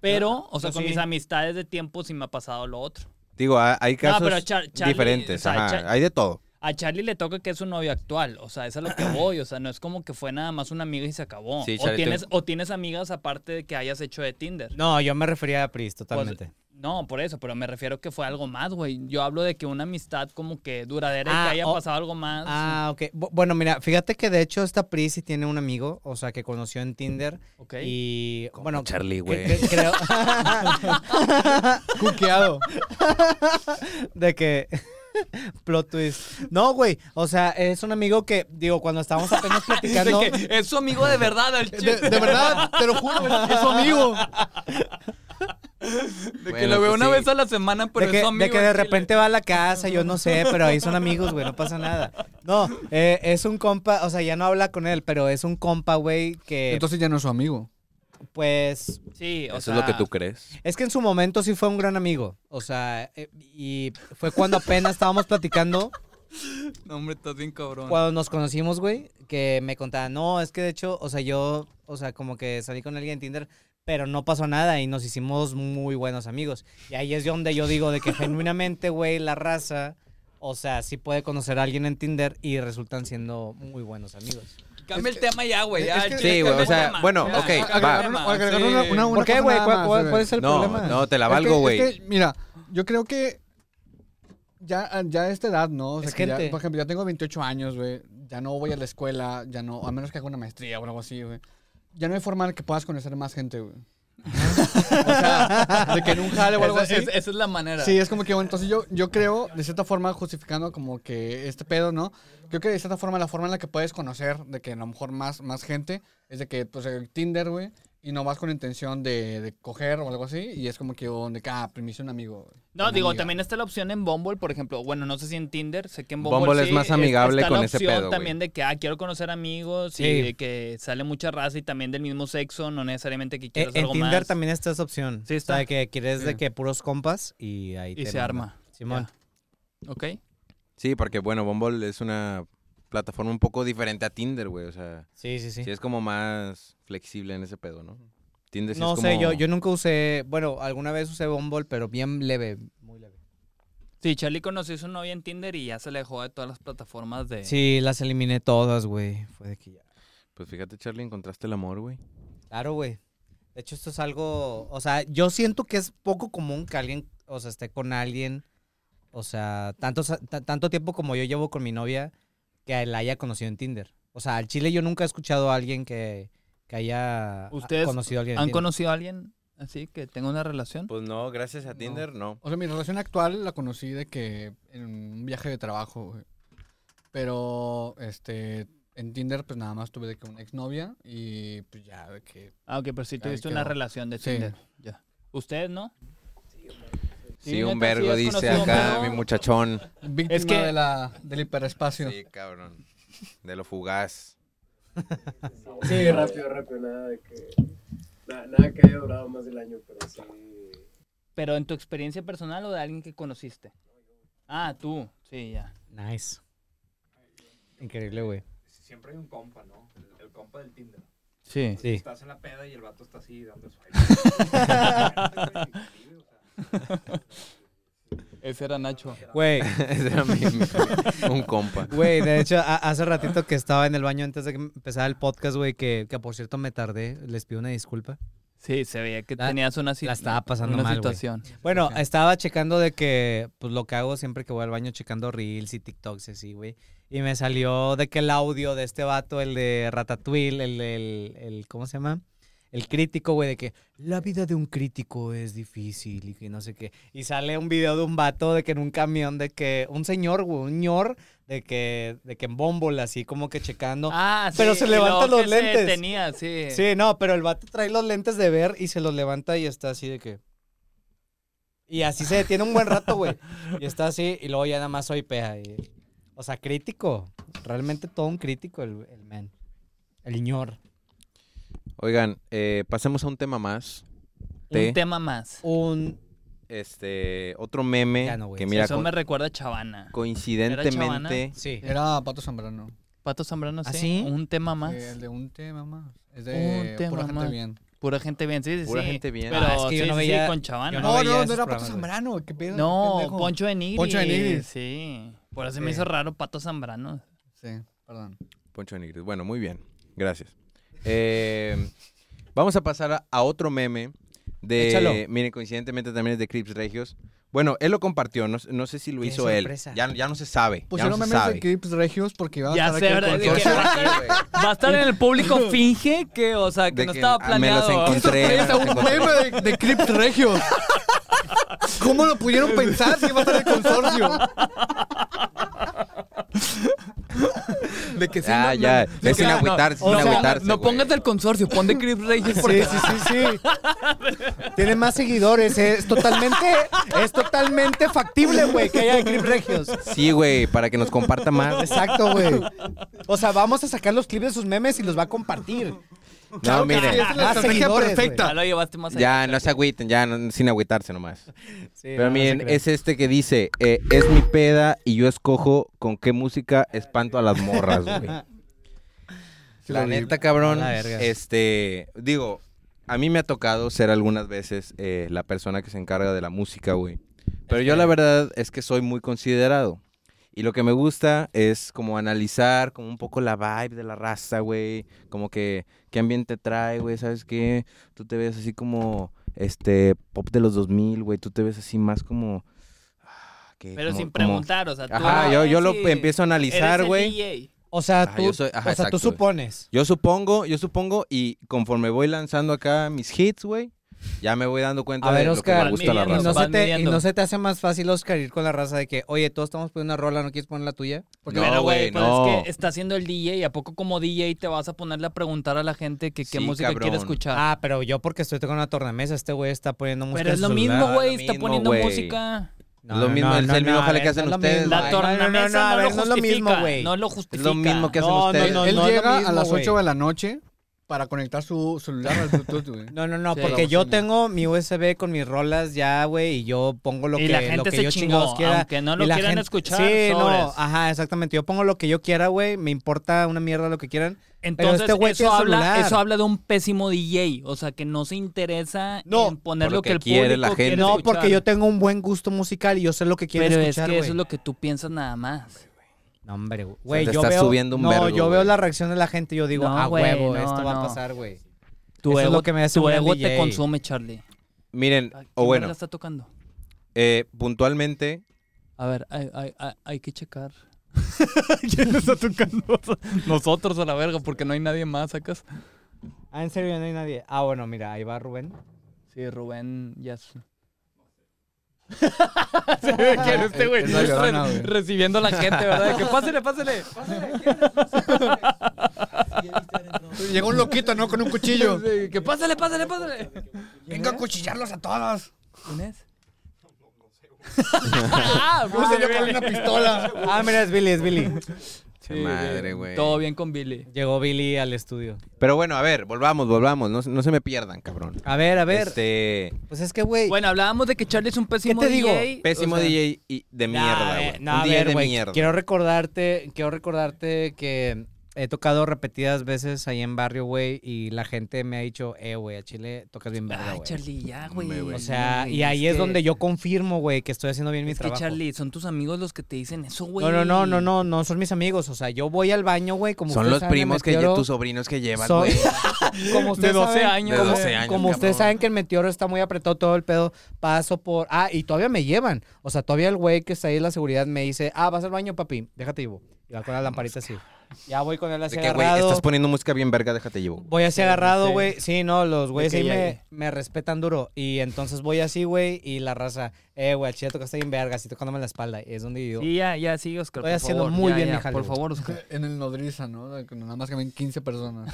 S3: Pero, o sea,
S1: yo
S3: con
S1: sí.
S3: mis amistades de tiempo sí me ha pasado lo otro.
S2: Digo, ha- hay casos
S3: pero Char- Charlie,
S2: diferentes,
S3: o sea,
S2: ajá,
S3: Char-
S2: hay de todo.
S3: A Charlie le toca que es su novio actual, o sea, es a lo que voy, o sea, no es como que fue nada más una amiga y se acabó.
S2: Sí,
S3: o,
S2: Charlie,
S3: tienes,
S2: te-
S3: o tienes amigas aparte de que hayas hecho de Tinder. Pues,
S1: No, yo me refería a Pris, totalmente.
S3: No, por eso, pero me refiero que fue algo más, güey. Yo hablo de que una amistad como que duradera y
S1: Ah,
S3: que haya
S1: oh.
S3: pasado algo más.
S1: Ah, ok. Bu- Bueno, mira, fíjate que de hecho esta Pri sí tiene un amigo, o sea, que conoció en Tinder.
S3: ok.
S1: Y bueno,
S2: Charlie,
S1: que-
S2: güey.
S1: que- creo
S4: Cuqueado.
S1: de que plot twist. No, güey, o sea, es un amigo que digo cuando estábamos apenas
S3: De
S1: platicando,
S3: que es su amigo de verdad, el
S4: De,
S3: chiste.
S4: de verdad, te lo juro, es su amigo.
S3: De que
S2: Bueno,
S3: lo veo
S2: pues
S3: una
S2: sí.
S3: vez a la semana, pero
S1: de que,
S3: es su
S1: de
S3: amigo.
S1: que de
S3: al chile.
S1: repente va a la casa, yo no sé, pero ahí son amigos, güey, no pasa nada. No, eh, es un compa, o sea, ya no habla con él, pero es un compa, güey, que
S4: Entonces ya no es su amigo.
S1: pues
S3: Sí, o
S2: Eso
S3: sea,
S2: es lo que tú crees.
S1: Es que en su momento sí fue un gran amigo. O sea, eh, y fue cuando apenas estábamos platicando,
S3: No, hombre, estás bien cabrón.
S1: cuando nos conocimos, güey, que me contaba, no, es que de hecho, o sea, yo, o sea, como que salí con alguien en Tinder, pero no pasó nada y nos hicimos muy buenos amigos. Y ahí es donde yo digo de que genuinamente, güey, la raza, o sea, sí puede conocer a alguien en Tinder y resultan siendo muy buenos amigos.
S3: Cambia el tema ya, güey. ya,
S4: es que-
S3: el
S4: Sí,
S3: chiste,
S4: güey,
S3: cambia
S4: o
S2: sea,
S3: el tema.
S2: bueno,
S3: Ya,
S2: ok,
S3: cambia el
S2: va.
S3: tema,
S4: O agregar una-
S3: Ah, sí.
S4: una-
S1: ¿Por qué,
S4: cosa
S1: güey?
S4: nada
S1: ¿Cuál,
S4: más,
S1: cuál-
S4: güey.
S1: cuál es el
S2: No,
S1: problema? Eh,
S2: no, te la
S4: Es que-
S2: valgo, güey.
S4: es que, mira, yo creo que ya, ya a esta edad, ¿no? O sea,
S1: Es
S4: que ya,
S1: gente.
S4: por ejemplo, ya tengo 28 años, güey. Ya no voy a la escuela, ya no, a menos que haga una maestría o algo así, güey. Ya no hay forma en que puedas conocer más gente, güey. o sea, de que en un jale o algo
S3: Esa,
S4: así.
S3: es- esa es la manera.
S4: Sí, es como que, bueno, entonces yo, yo creo, de cierta forma, justificando como que este pedo, ¿no? Creo que de cierta forma la forma en la que puedes conocer de que a lo mejor más, más gente es de que, pues, el Tinder, güey, y no vas con intención de, de coger o algo así, y es como que, donde, ah, permiso un amigo. güey,
S3: No,
S4: una
S3: digo,
S4: amiga.
S3: también está la opción en Bumble, por ejemplo. Bueno, no sé si en Tinder, sé que en Bumble,
S2: Bumble es
S3: sí,
S2: más amigable
S3: está
S2: con
S3: la
S2: ese
S3: opción
S2: pedo, güey.
S3: también de que, ah, quiero conocer amigos y
S1: Sí.
S3: de que sale mucha raza y también del mismo sexo, no necesariamente que
S1: Eh,
S3: quieras
S1: En
S3: algo
S1: Tinder
S3: más.
S1: también está esa opción.
S3: Sí,
S1: O sea,
S3: está.
S1: que quieres
S4: Sí.
S1: de que puros compas y ahí
S3: Y
S1: te
S3: se
S1: manda.
S3: arma.
S1: Simón.
S3: ¿Ok?
S2: Sí, porque bueno, Bumble es una plataforma un poco diferente a Tinder, güey. O sea,
S1: Sí, sí, sí.
S2: sí es como más flexible en ese pedo, ¿no? Tinder sí
S1: no
S2: es como...
S1: sé, yo, yo nunca usé, bueno, alguna vez usé Bumble, pero bien leve, muy leve.
S3: Sí, Charlie conoció a su novia en Tinder y ya se alejó de todas las plataformas de...
S1: Sí, las eliminé todas, güey. Fue de que ya.
S2: Pues fíjate, Charlie, encontraste el amor, güey.
S1: Claro, güey. De hecho, esto es algo, o sea, yo siento que es poco común que alguien, o sea, esté con alguien, o sea, tanto, sa- ta- tanto tiempo como yo llevo con mi novia, que la haya conocido en Tinder. O sea, al Chile yo nunca he escuchado a alguien que, que haya ah,
S3: ¿Ustedes
S1: conocido a alguien en
S3: ¿Han
S1: Tinder.
S3: conocido a alguien así que tenga una relación?
S2: Pues no, gracias a Tinder, no.
S4: O sea, mi relación actual la conocí de que en un viaje de trabajo, güey. Pero, este, en Tinder, pues nada más tuve de que una exnovia y pues ya, de que...
S3: Ah, ok, pero sí
S4: Ahí
S3: tuviste una
S4: quedó.
S3: relación de
S4: Sí.
S3: Tinder. Ya. ¿Ustedes no?
S2: Sí,
S3: Sí,
S2: un
S3: neta, sí
S2: vergo
S3: has
S2: dice
S3: conocido
S2: acá,
S3: un
S2: mi
S3: vergo.
S2: muchachón.
S4: Víctima
S3: que-
S4: de la, del hiperespacio.
S2: Sí, cabrón. De lo fugaz.
S7: Sí, rápido, rápido, nada de que. Nada, nada que haya durado más del año, pero sí.
S3: ¿Pero en tu experiencia personal o de alguien que conociste? Ah, tú. Sí, ya.
S1: Nice. Increíble, güey.
S8: Siempre hay un compa, ¿no? El, el compa del Tinder.
S3: Sí.
S1: Sí.
S8: Estás en la peda y el vato está así dando swipe.
S3: Ese era Nacho.
S1: Güey,
S2: Ese era mi- mi- un compa.
S1: Güey, de hecho, a- hace ratito que estaba en el baño antes de que empezara el podcast, güey, que, que por cierto me tardé, les pido una disculpa.
S3: Sí, se veía que
S1: La-
S3: tenías una, si-
S1: la estaba pasando
S3: una
S1: mal, güey.
S3: situación.
S1: Bueno, estaba checando de que, pues lo que hago siempre que voy al baño, checando reels y TikToks y así, güey. Y me salió de que el audio de este vato, el de Ratatouille, el del, el, ¿cómo se llama? El crítico, güey, de que la vida de un crítico es difícil y que no sé qué. Y sale un video de un vato de que en un camión, de que un señor, güey, un ñor, de que, de que en bómbola, así como que checando.
S3: Ah,
S1: Pero se
S3: y
S1: levantan los
S3: luego que Se
S1: lentes.
S3: tenía, sí.
S1: Sí, no, pero el vato trae los lentes de ver y se los levanta y está así de que. Y así se detiene un buen rato, güey. Y está así, y luego ya nada más soy peja. y- O sea, crítico. Realmente todo un crítico, el, el man. El iñor.
S2: Oigan, eh, pasemos a un tema más.
S3: Un tema más.
S1: Un.
S2: Este, otro meme
S1: Ya no, güey.
S2: que mira,
S3: Eso
S2: co-
S3: me recuerda a Chavana.
S2: coincidentemente...
S1: Sí.
S4: Era Pato Zambrano.
S3: Pato Zambrano, sí.
S1: ¿Ah, sí?
S3: Un tema más.
S4: Eh, el de un tema más. Es
S3: Un
S4: de
S3: tema
S4: pura gente
S3: más.
S4: bien.
S3: Pura gente bien, sí, sí.
S2: Pura
S3: sí.
S2: gente bien.
S3: Pero
S1: Ah, es que yo
S3: sí,
S1: no
S3: sí, sí,
S1: veía-
S3: con Chavana.
S1: yo
S3: No,
S4: Ah, No,
S1: veía
S4: no, no
S1: esos
S4: era Pato
S1: programas, güey.
S4: Zambrano, qué pedo. pendejo.
S3: Poncho de Nigris.
S4: Poncho de Nigris.
S3: Sí. Por eso me
S4: Sí.
S3: hizo raro Pato Zambrano.
S4: Sí, perdón.
S2: Poncho de Nigris. Bueno, muy bien. Gracias. Eh, vamos a pasar a, a otro meme de.
S1: Échalo.
S2: Miren, coincidentemente también es de Crips Regios. Bueno, él lo compartió, no, no sé si lo
S1: Qué
S2: hizo él.
S1: sorpresa.
S2: Ya, ya no se sabe.
S3: Pues
S2: ya no
S4: Pusieron
S2: se
S4: memes
S2: sabe.
S4: Pues de clips regios porque iba a
S3: Ya
S4: estar
S3: sé,
S4: aquí el
S3: ¿verdad? De que-
S4: consorcio.
S3: Va a estar en el público, finge que, o sea, que
S2: De
S3: no
S2: que
S3: estaba
S2: ah, me los
S3: planeado.
S2: encontré. me
S4: Es
S2: los
S4: un
S2: encontré.
S4: meme de, de clips regios. ¿Cómo lo pudieron pensar si iba a estar el consorcio?
S3: De que sí,
S2: Ya,
S3: no-
S2: Ah, ya.
S3: no-
S2: Es sin
S3: o sea,
S2: agüitar,
S3: no-
S2: sin
S3: o sea,
S2: agüitarse.
S3: No
S2: güey.
S3: pongas el consorcio, pon de Crips Reyes
S5: Sí,
S3: porque
S5: sí, sí, sí. Tiene más seguidores. Es totalmente, es totalmente factible, güey, que haya clips regios.
S2: Sí, güey, para que nos comparta más.
S5: Exacto, güey. O sea, vamos a sacar los clips de sus memes y los va a compartir.
S2: No, miren.
S4: Esa es la
S5: Ah,
S4: estrategia
S5: seguidores,
S4: perfecta.
S3: ya lo llevaste más allá.
S2: Ya, no se agüiten, ya, no- sin agüitarse nomás.
S1: Sí, no,
S2: Pero
S1: no se
S2: miren,
S1: crean.
S2: es este que dice, eh, es mi peda y yo escojo con qué música espanto a las morras, güey.
S4: Sí,
S2: La
S4: lo vi.
S2: neta, cabrón,
S1: A la verga.
S2: este, digo, a mí me ha tocado ser algunas veces eh, la persona que se encarga de la música, güey. Pero yo la verdad es que soy muy considerado. Y lo que me gusta es como analizar como un poco la vibe de la raza, güey. Como que qué ambiente trae, güey, ¿sabes qué? Tú te ves así como este pop de los 2000, güey. Tú te ves así más como ah, que
S3: Pero
S2: como-
S3: sin
S2: como-
S3: preguntar, o sea, tú.
S2: Ajá, yo, yo lo
S3: Sí.
S2: empiezo a analizar,
S3: Eres el
S2: güey.
S3: DJ.
S1: O sea,
S2: Ajá,
S1: tú,
S2: yo soy- ajá,
S1: o sea, tú
S2: exacto, güey.
S1: supones.
S2: Yo supongo, yo supongo, y conforme voy lanzando acá mis hits, güey, ya me voy dando cuenta
S1: A ver,
S2: de lo que
S1: Oscar,
S2: me gusta a la
S1: Y
S3: Van
S1: no,
S2: raza.
S1: se te, y
S3: midiendo.
S1: no se te hace más fácil, Oscar, ir con la raza de que, oye, todos estamos poniendo una rola, ¿no quieres poner la tuya?
S2: No,
S3: Pero, güey,
S2: güey,
S3: pues
S2: no.
S3: es que está haciendo el DJ. ¿A poco como DJ te vas a ponerle a preguntar a la gente que qué
S2: Sí,
S3: música
S2: cabrón.
S3: quiere escuchar?
S1: Ah, pero yo porque estoy tocando una tornamesa, este güey está poniendo música.
S3: pero
S1: en
S3: es
S1: su
S3: lo
S1: celular.
S3: mismo, güey.
S2: lo
S3: Está
S2: mismo,
S3: poniendo
S2: güey.
S3: música.
S1: No, no,
S2: Lo mismo,
S1: no,
S2: es
S1: no,
S2: el mismo
S1: no,
S2: jale
S1: a
S2: que
S1: ver, no
S2: hacen
S1: es lo
S2: ustedes,
S1: mismo.
S2: Ay,
S3: La
S2: no,
S3: tornamesa no,
S1: a ver,
S3: lo
S1: no es lo
S3: justifica.
S1: mismo, güey.
S3: No lo justifica.
S2: Es lo mismo que hacen
S1: No, no,
S2: ustedes.
S1: no,
S4: Él
S1: es lo
S4: llega a
S1: mismo,
S4: las
S1: güey.
S4: 8 de la noche para conectar su celular al Bluetooth, güey.
S1: No, no, no,
S3: Sí.
S1: porque yo
S4: Bocina.
S1: tengo mi USB con mis rolas ya, güey, y yo pongo lo
S3: Y
S1: que
S3: la
S1: lo
S3: gente
S1: que
S3: se
S1: yo
S3: chingó,
S1: chingados quiera.
S3: aunque no lo
S1: Y la
S3: quieran
S1: gente-
S3: escuchar,
S1: Sí,
S3: sobres.
S1: no, ah, ajá, exactamente. Yo pongo lo que yo quiera, güey, me importa una mierda lo que quieran.
S3: Entonces,
S1: este güey
S3: eso,
S1: tiene
S3: habla,
S1: celular.
S3: eso habla de un pésimo DJ. O sea, que no se interesa
S1: No,
S3: en poner
S2: por
S3: lo,
S2: lo
S3: que,
S2: que
S3: el
S2: quiere
S3: público
S2: la gente.
S3: quiere
S2: No,
S1: No,
S3: escuchar.
S1: porque yo tengo un buen gusto musical y yo sé lo que quiero
S3: Pero
S1: escuchar,
S3: es que
S1: güey.
S3: eso es lo que tú piensas nada más.
S1: No, hombre, güey,
S2: te
S1: yo
S2: estás
S1: veo
S2: subiendo un
S1: No,
S2: vergo,
S1: yo veo
S2: güey.
S1: la reacción de la gente y yo digo,
S3: No,
S1: "A
S3: güey,
S1: huevo,
S3: no,
S1: esto va
S3: no.
S1: a pasar, güey."
S3: Tu
S1: Eso es
S3: ego,
S1: lo que me hace
S3: tu
S1: un gran
S3: ego te
S1: DJ.
S3: consume, Charlie.
S2: Miren,
S3: Ay, ¿quién
S2: o
S3: más
S2: bueno,
S3: la está tocando?
S2: eh, puntualmente,
S3: A ver, hay, hay- hay- hay que checar. ¿Quién está tocando? Nosotros a la verga, porque no hay nadie más, ¿sacas?
S1: Ah, en serio, no hay nadie. Ah, bueno, mira, ahí va Rubén.
S3: Sí, Rubén ya. se-
S4: es este güey? Es la llorona, güey.
S3: Recibiendo a la gente, ¿verdad? Que pásele, pásele.
S4: Llegó un loquito, ¿no? Con un cuchillo.
S3: Sí, Que pásele, pásele, pásele.
S4: Venga a cuchillarlos a todos.
S3: ¿Quién es? Ah,
S4: Un
S3: madre,
S4: señor con
S3: Billy.
S4: una pistola.
S1: Ah, mira, es Billy, es Billy.
S2: Che madre, güey.
S3: Todo bien con Billy.
S1: Llegó Billy al estudio.
S2: Pero bueno, a ver, volvamos, volvamos. No, se- no se me pierdan, cabrón.
S1: A ver, a ver.
S2: Este,
S1: Pues es que, güey,
S3: Bueno, hablábamos de que Charlie es un pésimo
S1: ¿Qué te digo?
S3: DJ.
S2: pésimo
S3: o sea,
S2: DJ y de
S1: No,
S2: mierda,
S1: eh,
S2: güey.
S1: no,
S2: Un
S1: a
S2: DJ
S1: ver,
S2: de
S1: güey,
S2: mierda.
S1: Quiero recordarte, quiero recordarte que he tocado repetidas veces ahí en barrio, güey, y la gente me ha dicho, eh, güey, a Chile tocas bien verga,
S3: Ay,
S1: güey.
S3: Charlie, ya, güey.
S2: Hombre, güey.
S1: O sea, y ahí es,
S3: que-
S1: donde yo confirmo, güey, que estoy haciendo bien mi
S3: Es que,
S1: trabajo.
S3: Charlie, son tus amigos los que te dicen eso, güey.
S1: no, no, no, no, no, no son mis amigos. O sea, yo voy al baño, güey, como
S2: Son
S1: ustedes
S2: los
S1: saben, el
S2: primos que lle-
S1: meteoro-
S2: tus sobrinos que llevan,
S1: Son-
S2: güey.
S1: como ustedes
S3: De 12
S1: saben,
S3: años,
S1: como,
S2: De 12 años,
S1: como ustedes
S2: cabrón.
S1: saben que el meteoro está muy apretado todo el pedo, paso por... Ah, y todavía me llevan. O sea, todavía el güey que está ahí en la seguridad me dice, ah, vas al baño, papi, déjate vivo. Y va con la lamparita así. Ya voy con él así
S2: De que, güey,
S1: agarrado.
S2: estás poniendo música bien verga, déjate llevo.
S1: Voy así agarrado,
S3: sí.
S1: güey. Sí. no, los güeyes
S3: que
S1: ahí
S3: ya-
S1: me, me respetan duro. Y entonces voy así, güey, y la raza, eh, güey, chile tocaste bien verga, así tocándome la espalda. Y es donde digo,
S3: Sí, ya, ya, sí, Oscar.
S1: Estoy
S3: por
S1: haciendo
S3: favor,
S1: muy
S3: ya,
S1: bien
S3: ya,
S1: mi jale,
S3: Por
S1: güey.
S3: favor, Oscar.
S4: En el nodriza, ¿no? Que Nada más que ven 15 personas.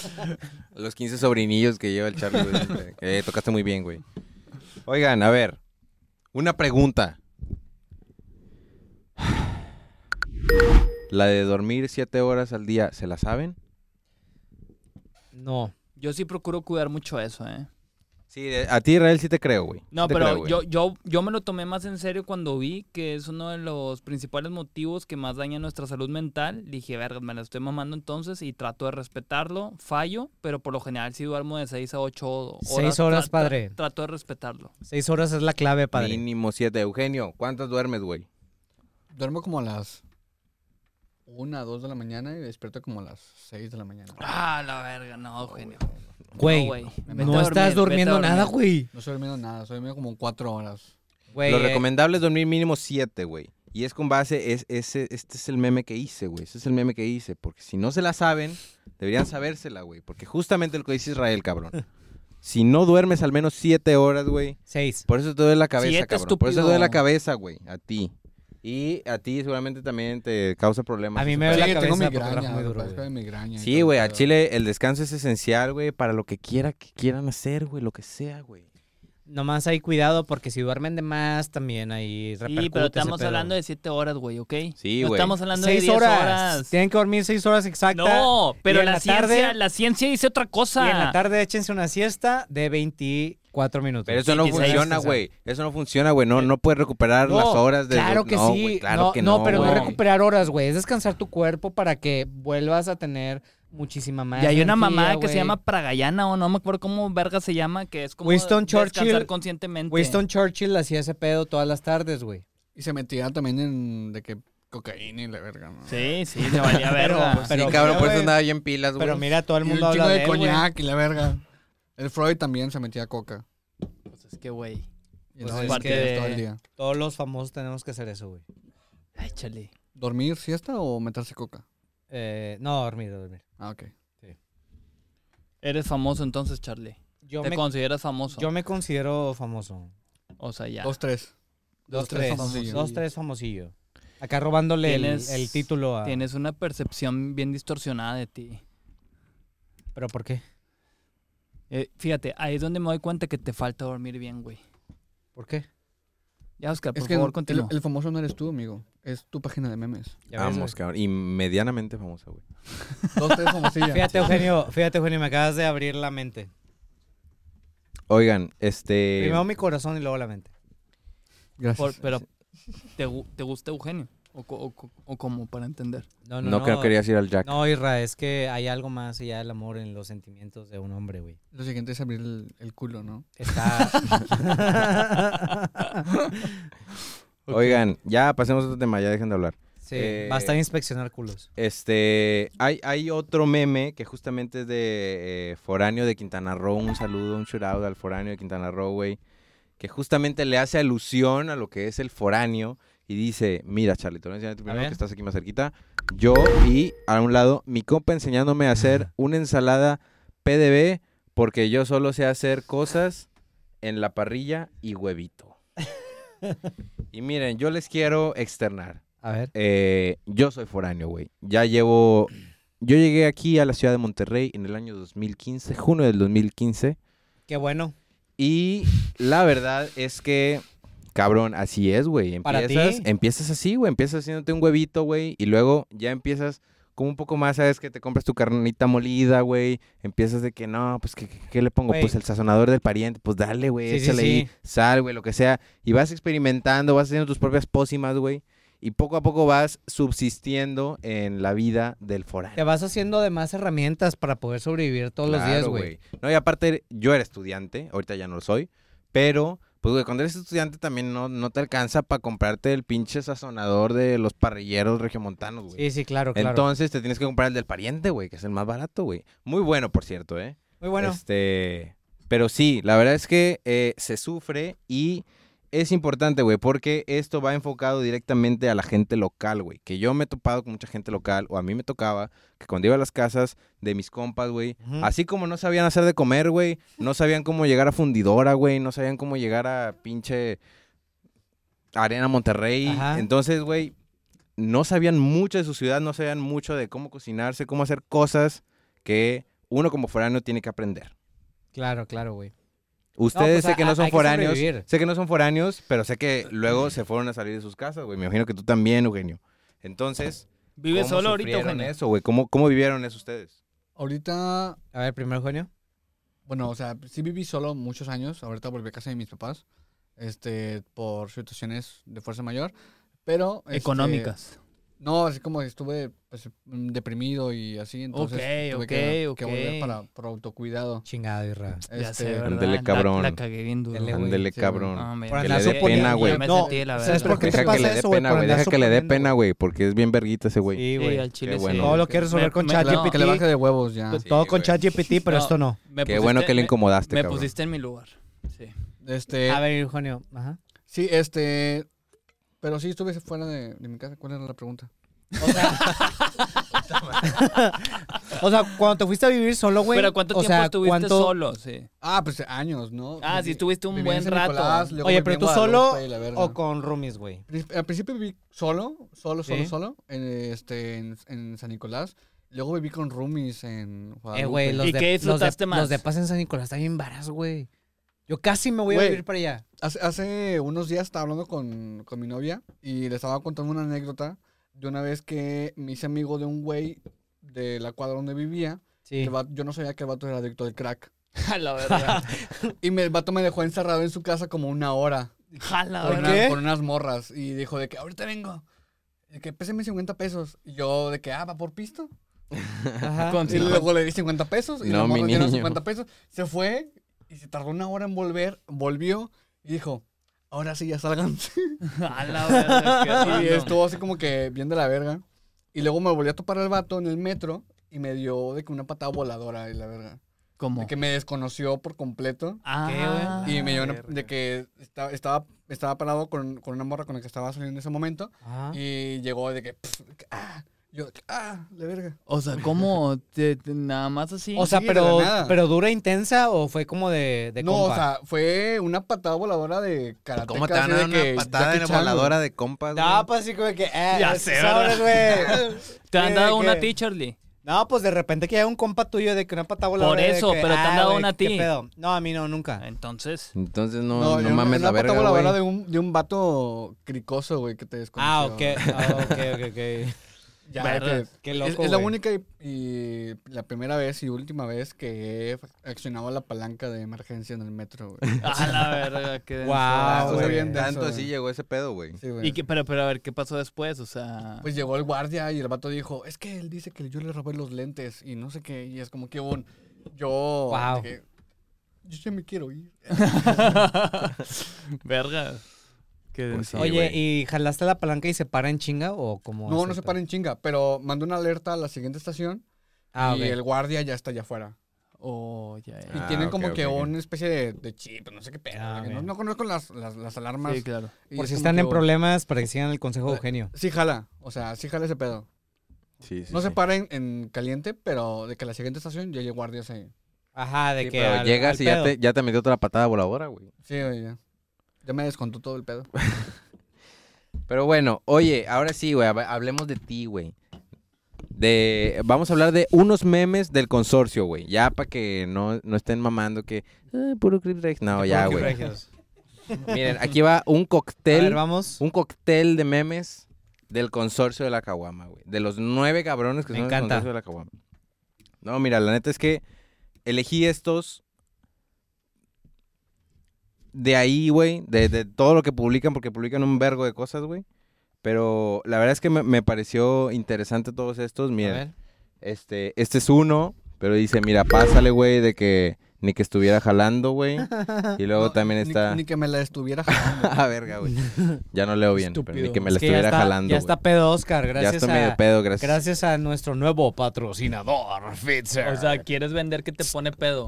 S2: Los 15 sobrinillos que lleva el Charlie, güey. Eh, tocaste muy bien, güey. Oigan, a ver. Una pregunta. La de dormir 7 horas al día, ¿se la saben?
S1: no.
S3: Yo sí procuro cuidar mucho eso, ¿eh?
S2: Sí, de- a ti Israel sí te creo, güey.
S3: No,
S2: Sí te
S3: pero
S2: creo, güey.
S3: yo, yo, yo me lo tomé más en serio cuando vi que es uno de los principales motivos que más daña nuestra salud mental. Dije, verga, me la estoy mamando entonces y trato de respetarlo. Fallo, pero por lo general sí duermo de 6 a 8 horas.
S1: Seis horas,
S3: Tra- tra-
S1: padre.
S3: Trato de respetarlo.
S1: Seis horas es la clave, padre.
S2: Mínimo 7. Eugenio, ¿cuántas duermes, güey?
S4: Duermo como a las 1, 2 de la mañana y despierto como a las 6 de la mañana.
S3: Ah, la verga, no, Eugenio.
S1: Güey,
S3: No, güey.
S1: no,
S3: Vete a
S1: estás
S3: dormir,
S1: durmiendo
S3: vete a
S1: nada,
S3: dormir.
S1: güey.
S4: No estoy durmiendo nada, estoy durmiendo como cuatro horas.
S1: Güey,
S2: Lo
S1: eh,
S2: recomendable es dormir mínimo 7, güey. Y es con base, es, ese, este es el meme que hice, güey. Este es el meme que hice. Porque si no se la saben, deberían sabérsela, güey. Porque justamente lo que dice Israel, cabrón. Si no duermes al menos 7 horas, güey.
S1: seis.
S2: Por eso te duele la cabeza,
S3: Siete,
S2: cabrón. Por eso te duele la
S3: estúpido.
S2: cabeza, güey. A ti. Y a ti seguramente también te causa problemas.
S1: A mí
S2: eso
S1: me duele la
S4: Sí, tengo
S1: cabeza porque trabajo
S4: migraña,
S1: muy
S4: me
S1: duro,
S4: padezco
S1: güey.
S4: de migraña. y todo
S2: Sí,
S4: el
S2: güey, a
S4: pedo.
S2: Chile el descanso es esencial, güey, para lo que quiera que quieran hacer, güey, lo que sea, güey.
S1: Nomás hay cuidado porque si duermen de más también ahí repercute
S3: Sí, pero
S1: ese
S3: estamos
S1: pedo.
S3: hablando de 7 horas, güey, ¿ok?
S2: Sí,
S3: No
S2: güey.
S3: estamos hablando de
S1: seis
S3: 10
S1: horas.
S3: horas.
S1: Tienen que dormir seis horas exactas.
S3: No, pero
S1: Y en
S3: la,
S1: la
S3: ciencia,
S1: tarde-
S3: la ciencia dice otra
S1: Y
S3: cosa.
S1: en la tarde échense una siesta de 24 minutos.
S2: Pero eso no
S3: 26,
S2: funciona,
S1: o sea. Eh,
S2: güey. Eso no funciona, güey. No, no puedes recuperar las horas de.
S1: Claro que
S2: no,
S1: sí.
S2: güey, claro
S1: no,
S2: que
S1: no,
S2: no.
S1: pero no
S2: güey.
S1: recuperar horas, güey. Es descansar tu cuerpo para que vuelvas a tener muchísima más.
S3: Y hay una
S1: energía,
S3: mamá que se
S1: güey.
S3: llama Pragayana o no me acuerdo cómo verga se llama, que es como
S1: Winston
S3: descansar
S1: Churchill-
S3: conscientemente.
S1: Winston Churchill hacía ese pedo todas las tardes, güey.
S4: Y se metía también en de que cocaína y la verga, ¿no?
S3: Sí, sí, le valía verga.
S2: Sí,
S1: Pero
S2: cabrón,
S1: mira,
S2: por eso
S1: güey.
S2: andaba bien pilas, güey.
S1: Pero mira, todo el
S4: Y un
S1: mundo
S4: chingo
S1: habla de,
S4: de
S1: él, güey.
S4: coñac y la verga. El Freud también se metía coca.
S3: Pues es que, güey.
S4: Y
S1: Pues
S4: andaba
S1: es
S4: en
S1: que-
S4: pedos todo el día.
S1: Todos los famosos tenemos que hacer eso, güey.
S3: Ay, chale.
S4: ¿Dormir siesta o meterse coca?
S1: Eh, no, dormir, dormir.
S4: Ah, ok.
S3: Eres famoso entonces, Charlie.
S1: Yo
S3: Te
S1: me,
S3: consideras famoso.
S1: yo me considero famoso.
S3: O sea, ya.
S4: Dos, tres.
S1: Dos,
S4: Dos,
S1: tres.
S4: tres
S1: famosillo.
S4: famosillo.
S1: Dos, tres famosillo. Acá robándole el,
S3: Tienes-
S1: el título a...
S3: Tienes una percepción bien distorsionada de ti.
S1: ¿Pero por qué?
S3: Eh, fíjate, ahí es donde me doy cuenta que te falta dormir bien, güey.
S1: ¿Por qué?
S3: Ya, Oscar, por
S4: Es que
S3: favor,
S4: el-
S3: continúa.
S4: el famoso no eres tú, amigo. Es tu página de memes.
S1: Ya ves,
S2: Vamos,
S1: güey.
S2: cabrón. Y medianamente famosa, güey.
S4: Dos, tres famosillas.
S1: Fíjate, Eugenio, fíjate, Eugenio, me acabas de abrir la mente.
S2: Oigan, este.
S1: Primero mi corazón y luego la mente.
S4: Gracias.
S3: Por- pero, ¿te, gu- te gusta Eugenio? O, co- o co- o como para entender.
S1: No, no,
S2: No, que no querías ir al Jack.
S1: No, Irra, es que hay algo más allá del amor en los sentimientos de un hombre, güey.
S4: Lo siguiente es abrir el, el culo, ¿no?
S1: Está...
S2: Oigan, ya pasemos a otro tema, ya dejen de hablar.
S1: sí,
S2: Eh,
S1: basta de inspeccionar culos.
S2: Este, hay, hay otro meme que justamente es de eh, Foráneo de Quintana Roo. Un saludo, un shoutout al Foráneo de Quintana Roo, güey. Que justamente le hace alusión a lo que es el Foráneo. Y dice, mira, Charlie, te voy a enseñar tú primero
S1: ver.
S2: que estás aquí más cerquita. Yo y a un lado mi compa enseñándome a hacer una ensalada PDB porque yo solo sé hacer cosas en la parrilla y huevito. y miren, yo les quiero externar.
S1: A ver.
S2: Eh, yo soy foráneo, güey. Ya llevo... Yo llegué aquí a la ciudad de Monterrey en el año 2015, junio del 2015.
S1: Qué bueno.
S2: Y la verdad es que, cabrón, así es, güey.
S1: Para
S2: Empiezas,
S1: ti.
S2: empiezas así, güey. Empiezas haciéndote un huevito, güey. Y luego ya empiezas como un poco más, sabes que te compras tu carnita molida, güey. Empiezas de que no, pues que, que- que le pongo,
S1: Güey.
S2: pues el sazonador del pariente, pues dale, güey,
S1: Sí, sí,
S2: échale ahí
S1: sí.
S2: sal, güey, lo que sea. Y vas experimentando, vas haciendo tus propias pócimas, güey. Y poco a poco vas subsistiendo en la vida del foráneo.
S1: Te vas haciendo de más herramientas para poder sobrevivir todos los días,
S2: Claro,
S1: güey.
S2: No, y aparte, yo era estudiante, ahorita ya no lo soy, pero, pues, güey, cuando eres estudiante también no, no te alcanza para comprarte el pinche sazonador de los parrilleros regiomontanos, güey.
S1: Sí, sí, claro, claro.
S2: Entonces te tienes que comprar el del pariente, güey, que es el más barato, güey. Muy bueno, por cierto, ¿eh?
S1: Muy bueno.
S2: Este, pero sí, la verdad es que eh, se sufre y es importante, güey, porque esto va enfocado directamente a la gente local, güey. Que yo me he topado con mucha gente local, o a mí me tocaba, que cuando iba a las casas de mis compas, güey,
S1: Ujú.
S2: así como no sabían hacer de comer, güey, no sabían cómo llegar a fundidora, güey, no sabían cómo llegar a pinche Arena Monterrey.
S1: Ajá.
S2: Entonces, güey, no sabían mucho de su ciudad, no sabían mucho de cómo cocinarse, cómo hacer cosas que uno como foráneo tiene que aprender.
S1: Claro, claro, güey.
S2: Ustedes
S1: pues,
S2: sé que
S1: a-
S2: no
S1: a-
S2: son
S1: hay que
S2: foráneos,
S1: sobrevivir.
S2: sé que no son foráneos, pero sé que luego se fueron a salir de sus casas, güey. Me imagino que tú también, Eugenio. Entonces,
S3: Vive
S2: ¿cómo
S3: solo ahorita,
S2: sufrieron
S3: Eugenio.
S2: eso, güey? ¿Cómo, ¿Cómo vivieron eso ustedes?
S4: Ahorita,
S1: A ver, primero, Eugenio.
S4: bueno, o sea, sí viví solo muchos años. Ahorita volví a casa de mis papás. Este, por situaciones de fuerza mayor. Pero. este,
S3: Económicas.
S4: No, así como estuve pues, mm, deprimido y así, entonces
S3: Ok,
S4: tuve que,
S3: ok,
S4: que
S3: ok.
S4: volver para, por autocuidado.
S1: Chingado, Irra.
S3: Ya
S4: Este,
S3: sé, ¿verdad?
S2: ándale,
S3: La-
S2: cabrón.
S3: La, cagué bien duro.
S1: Dele, güey.
S2: Ándele,
S4: Sí,
S2: cabrón.
S3: No, me-
S1: Por
S2: Que
S1: andar
S2: le dé
S1: suponiendo,
S2: pena,
S1: güey.
S3: Ya me
S1: No,
S3: sentí de la
S1: ¿sabes
S3: verga.
S1: por qué te
S2: Deja que
S1: pasa
S2: le dé
S1: eso, güey?
S2: pena,
S1: Por
S2: güey.
S1: andar
S2: Deja que le dé
S1: suponiendo,
S2: pena, güey, porque es bien verguita ese güey.
S1: Sí,
S3: Sí,
S1: güey.
S3: al chile
S2: Qué
S3: sí.
S2: bueno.
S1: Todo lo quieres resolver
S3: Me-
S1: con
S3: me-
S4: Claro,
S3: no,
S1: ChatGPT.
S4: que le baje de huevos ya.
S2: Sí,
S1: Todo con
S2: güey.
S1: ChatGPT, pero
S3: No.
S1: esto no.
S3: Me
S2: Qué
S3: pusiste-
S2: bueno que le
S3: pues me-
S2: incomodaste,
S3: Me
S2: cabrón.
S3: pusiste en mi lugar. Sí.
S4: Este,
S1: A ver, Eugenio. Ajá.
S4: sí, este, pero sí estuve fuera de, de mi casa. ¿Cuál era la pregunta?
S1: O sea, cuando te fuiste a vivir solo, güey.
S3: Pero ¿cuánto
S1: o
S3: tiempo
S1: sea,
S3: estuviste
S1: cuánto-
S3: solo? Sí.
S4: Ah, pues años, ¿no?
S3: Ah, sí, estuviste un
S4: Viví en
S3: buen
S4: San
S3: rato.
S4: Nicolás, luego
S1: Oye,
S4: viví
S1: pero
S4: en
S1: tú solo
S4: Guadalupe y la verga.
S1: o con roomies, güey.
S4: Princip- Al principio viví solo, solo, solo,
S1: Sí.
S4: solo, en, este, en, en San Nicolás. Luego viví con roomies en Guadalupe.
S1: Eh, güey, los
S3: ¿Y
S1: de,
S3: qué
S1: los de-
S3: disfrutaste más?
S1: Los de Paz en San Nicolás están bien varas, güey. Yo casi me voy a
S4: Güey.
S1: vivir para allá.
S4: Hace, hace unos días estaba hablando con, con mi novia y le estaba contando una anécdota de una vez que me hice amigo de un güey de la cuadra donde vivía.
S1: Sí.
S4: El vato- yo no sabía que el vato era adicto al crack.
S3: Jala, verdad.
S4: Y me- el vato me dejó encerrado en su casa como una hora.
S2: Ah,
S3: Jala,
S4: Por,
S3: verdad.
S4: una- por unas morras. Y dijo de que ahorita vengo. Y que péseme 50 pesos. Y yo de que, ah, va por pisto.
S1: Ajá.
S3: Con-
S4: Y luego le di 50 pesos. Y
S2: No,
S4: la
S2: mi
S4: morra dieron
S2: niño.
S4: 50 pesos. Se fue y se tardó una hora en volver. Volvió y dijo, ahora sí ya salgan.
S3: Jala, verdad. qué
S2: Ah,
S4: Y
S3: raro.
S4: estuvo así como que bien de la verga. Y luego me volví a topar al vato en el metro y me dio de que una patada voladora y la verga.
S3: ¿Cómo?
S4: De que me desconoció por completo.
S3: Ah,
S4: Y me dio una- de que esta- estaba, estaba parado con, con una morra con la que estaba saliendo en ese momento.
S1: Ajá.
S4: Y llegó de que. pff, ah, yo, ah, la verga.
S3: O sea, ¿cómo? Te- te- nada más así.
S1: O sea,
S4: sí, de
S1: pero,
S4: la nada.
S1: pero dura e intensa o fue como de, de
S4: no,
S1: compa?
S4: o sea, fue una patada voladora de karate.
S2: ¿Cómo te van a dar una patada en la voladora de compas, güey?
S1: No, pues así como que, eh,
S3: Ya
S1: esos
S3: sé, ¿verdad?
S1: sobres, güey.
S3: ¿Te han
S1: Sí,
S3: dado
S1: de
S3: una
S1: que-
S3: a ti, Charlie?
S1: No, pues de repente que hay un compa tuyo de que una patada voladora. de
S3: eso,
S1: que,
S3: pero te han
S1: ah,
S3: dado
S1: güey,
S3: una a
S1: ¿qué
S3: ti.
S1: pedo? No, a mí no, nunca.
S3: Entonces.
S2: Entonces
S4: No,
S2: no, no
S4: yo-
S2: mames
S4: una
S2: la
S4: patada
S2: verga,
S4: voladora
S2: güey.
S4: de un, de un vato cricoso, güey, que te desconoció.
S1: Ah, ok, ah, ok, ok, ok.
S4: Ya,
S3: Verga.
S4: que-
S1: Qué
S4: es-
S1: loco,
S4: es, la
S1: güey.
S4: única y, y la primera vez y última vez que he accionado la palanca de emergencia en el metro, güey.
S3: A la verga, qué denso.
S1: Guau,
S4: Estuvo
S1: güey.
S4: bien denso,
S2: Ah, Tanto
S4: güey.
S2: así llegó ese pedo, güey.
S4: Sí, güey.
S3: ¿Y qué- pero, pero a ver, ¿qué pasó después? O sea.
S4: Pues llegó el guardia y el vato dijo, es que él dice que yo le robé los lentes y no sé qué, y es como que un, yo,
S1: Wow.
S4: que- yo ya me quiero ir.
S3: verga. Qué
S2: Pues
S3: denso.
S2: Sí,
S1: Oye,
S2: güey.
S1: ¿y jalaste la palanca y se para en chinga o como
S4: No, no se paren chinga, pero mandó una alerta a la siguiente estación
S1: Ah,
S4: y
S1: ok.
S4: el guardia ya está allá afuera.
S3: Oh, ya,
S4: Y
S3: ya.
S2: Ah,
S4: tienen
S2: ok,
S4: como
S2: ok,
S4: que
S2: ok.
S4: una especie de, de chip, no sé qué pedo,
S1: Ah,
S4: que no,
S1: bien.
S4: no conozco las, las, las alarmas.
S3: Sí, claro.
S4: y
S1: Por
S4: es
S1: si
S4: como
S1: están
S4: que
S1: en
S4: un-
S1: problemas, para que sigan el consejo de
S4: Eh,
S1: Eugenio.
S4: Sí jala, o sea, sí jala ese pedo.
S2: Sí, sí,
S4: no se
S2: sí.
S4: paren en caliente, pero de que a la siguiente estación ya hay guardias ahí.
S1: Ajá, de
S2: Sí,
S1: que.
S2: pero
S1: al-
S2: llegas
S1: al
S2: y ya
S1: pedo.
S2: te, ya te metió otra patada voladora, güey.
S4: Sí, güey, ya. Ya me descontó todo el pedo.
S2: Pero bueno, oye, ahora sí, güey, hab- hablemos de ti, güey. De, vamos a hablar de unos memes del consorcio, güey. Ya para que no, no estén mamando que... "Ah, puro Crip Rex". No, ya,
S1: Porque
S2: güey.
S1: regios.
S2: Miren, aquí va un
S1: A ver,
S2: cóctel.
S1: vamos.
S2: Un cóctel de memes del consorcio de la Caguama, güey. De los nueve cabrones que
S1: Me
S2: son del
S1: encanta.
S2: consorcio de la Caguama. No, mira, la neta es que elegí estos de ahí, güey. De, de todo lo que publican, porque publican un vergo de cosas, güey. Pero la verdad es que me, me pareció interesante todos estos.
S1: A
S2: Mira,
S1: ver.
S2: este, este es uno, pero dice, mira, pásale, güey, de que ni que estuviera jalando, güey. Y luego
S4: No,
S2: también
S4: ni-
S2: está...
S4: Ni, que me la estuviera jalando.
S2: Ah, verga, güey. Ya no leo bien, pero ni
S4: Estúpido.
S2: que me la
S1: Es que ya
S2: estuviera
S1: está-
S2: jalando.
S1: Ya
S2: güey.
S1: está pedo, Oscar.
S2: Ya
S1: Gracias
S2: estoy medio
S1: a.
S2: pedo, gracias.
S1: Gracias a nuestro nuevo patrocinador, Fitzer.
S3: O sea, ¿quieres vender que te pone pedo?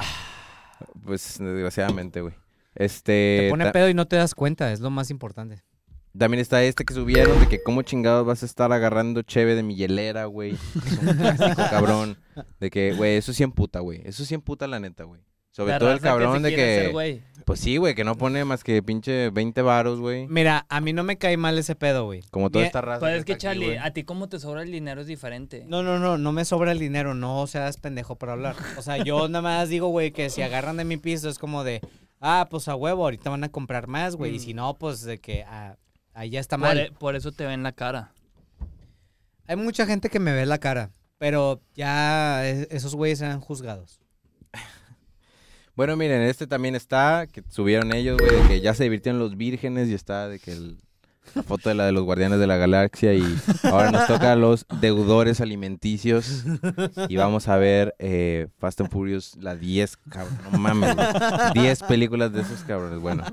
S2: Pues desgraciadamente, güey. Este.
S1: te pone
S2: ta-
S1: pedo y no te das cuenta, es lo más importante.
S2: También está este que subieron de que cómo chingados vas a estar agarrando cheve de mi hielera, güey. Es un clásico, cabrón. De que, güey, eso sí emputa, güey. Eso sí emputa la neta, güey. Sobre
S3: La
S2: todo el
S3: raza
S2: cabrón
S3: se
S2: de
S3: quiere hacer
S2: que.
S3: güey.
S2: pues sí, güey, que no pone más que pinche 20 varos, güey.
S1: Mira, a mí no me cae mal ese pedo, güey.
S2: Como toda
S1: Bien,
S2: esta raza.
S3: Pero Pues es que,
S2: está aquí,
S3: Charlie,
S2: güey.
S3: a ti cómo te sobra el dinero es diferente.
S1: No, no, no, no me sobra el dinero, no seas pendejo para hablar. O sea, yo nada más digo, güey, que si agarran de mi piso es como de, ah, pues a huevo, ahorita van a comprar más, güey, y si no, pues de que ah, ahí ya está
S3: Mm. por,
S1: mal.
S3: e- por eso te ven la cara.
S1: Hay mucha gente que me ve la cara, pero ya es- esos güeyes eran juzgados.
S2: Bueno, miren, este también está, que subieron ellos, güey, de que ya se divirtieron los vírgenes y está de que el la foto de la de los Guardianes de la Galaxia y ahora nos toca a los deudores alimenticios y vamos a ver eh, Fast and Furious, la 10, cabrón, no mames, güey. 10 películas de esos cabrones, bueno.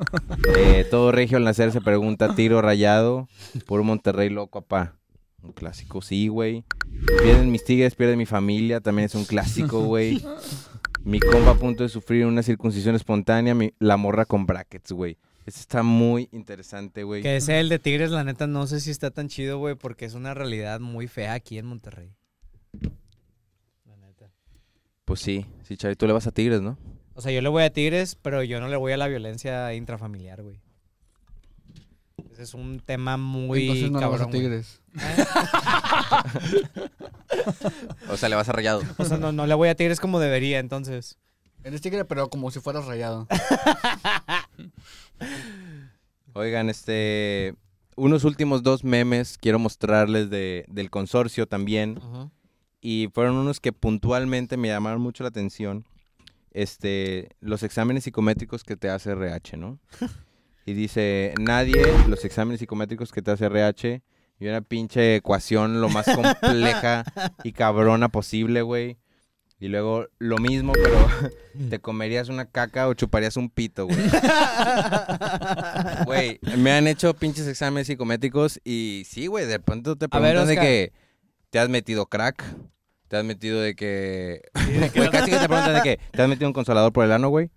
S2: eh, todo regio al nacer se pregunta, tiro rayado, por Monterrey loco, apá. Un clásico, sí, güey. Pierden mis tigres, pierden mi familia, también es un clásico, güey. Mi compa a punto de sufrir una circuncisión espontánea, mi- la morra con brackets, güey. Este está muy interesante, güey.
S1: Que ese el de Tigres, la neta, no sé si está tan chido, güey, porque es una realidad muy fea aquí en Monterrey. La neta.
S2: Pues sí, sí, Chavi, tú le vas a Tigres, ¿no?
S1: O sea, yo le voy a Tigres, pero yo no le voy a la violencia intrafamiliar, güey. Ese es un tema muy
S4: Entonces no le vas
S1: cabrón.
S4: a
S1: güey.
S4: Tigres.
S2: O sea, le vas a Rayado.
S1: O sea, no, no le voy a Tigres como debería, entonces.
S4: Eres tigre, pero como si fueras rayado.
S2: Oigan, este... Unos últimos dos memes quiero mostrarles de, del consorcio también. Y fueron unos que puntualmente me llamaron mucho la atención. Este, los exámenes psicométricos que te hace RH, ¿no? Y dice, nadie, los exámenes psicométricos que te hace RH, y una pinche ecuación lo más compleja y cabrona posible, güey. Y luego lo mismo, pero te comerías una caca o chuparías un pito, güey. Güey, me han hecho pinches exámenes psicométricos y sí, güey, de pronto te
S1: A ver,
S2: preguntan de
S1: Oscar.
S2: que te has metido crack, te has metido de que... Güey, casi que te preguntan de que te has metido un consolador por el ano, güey.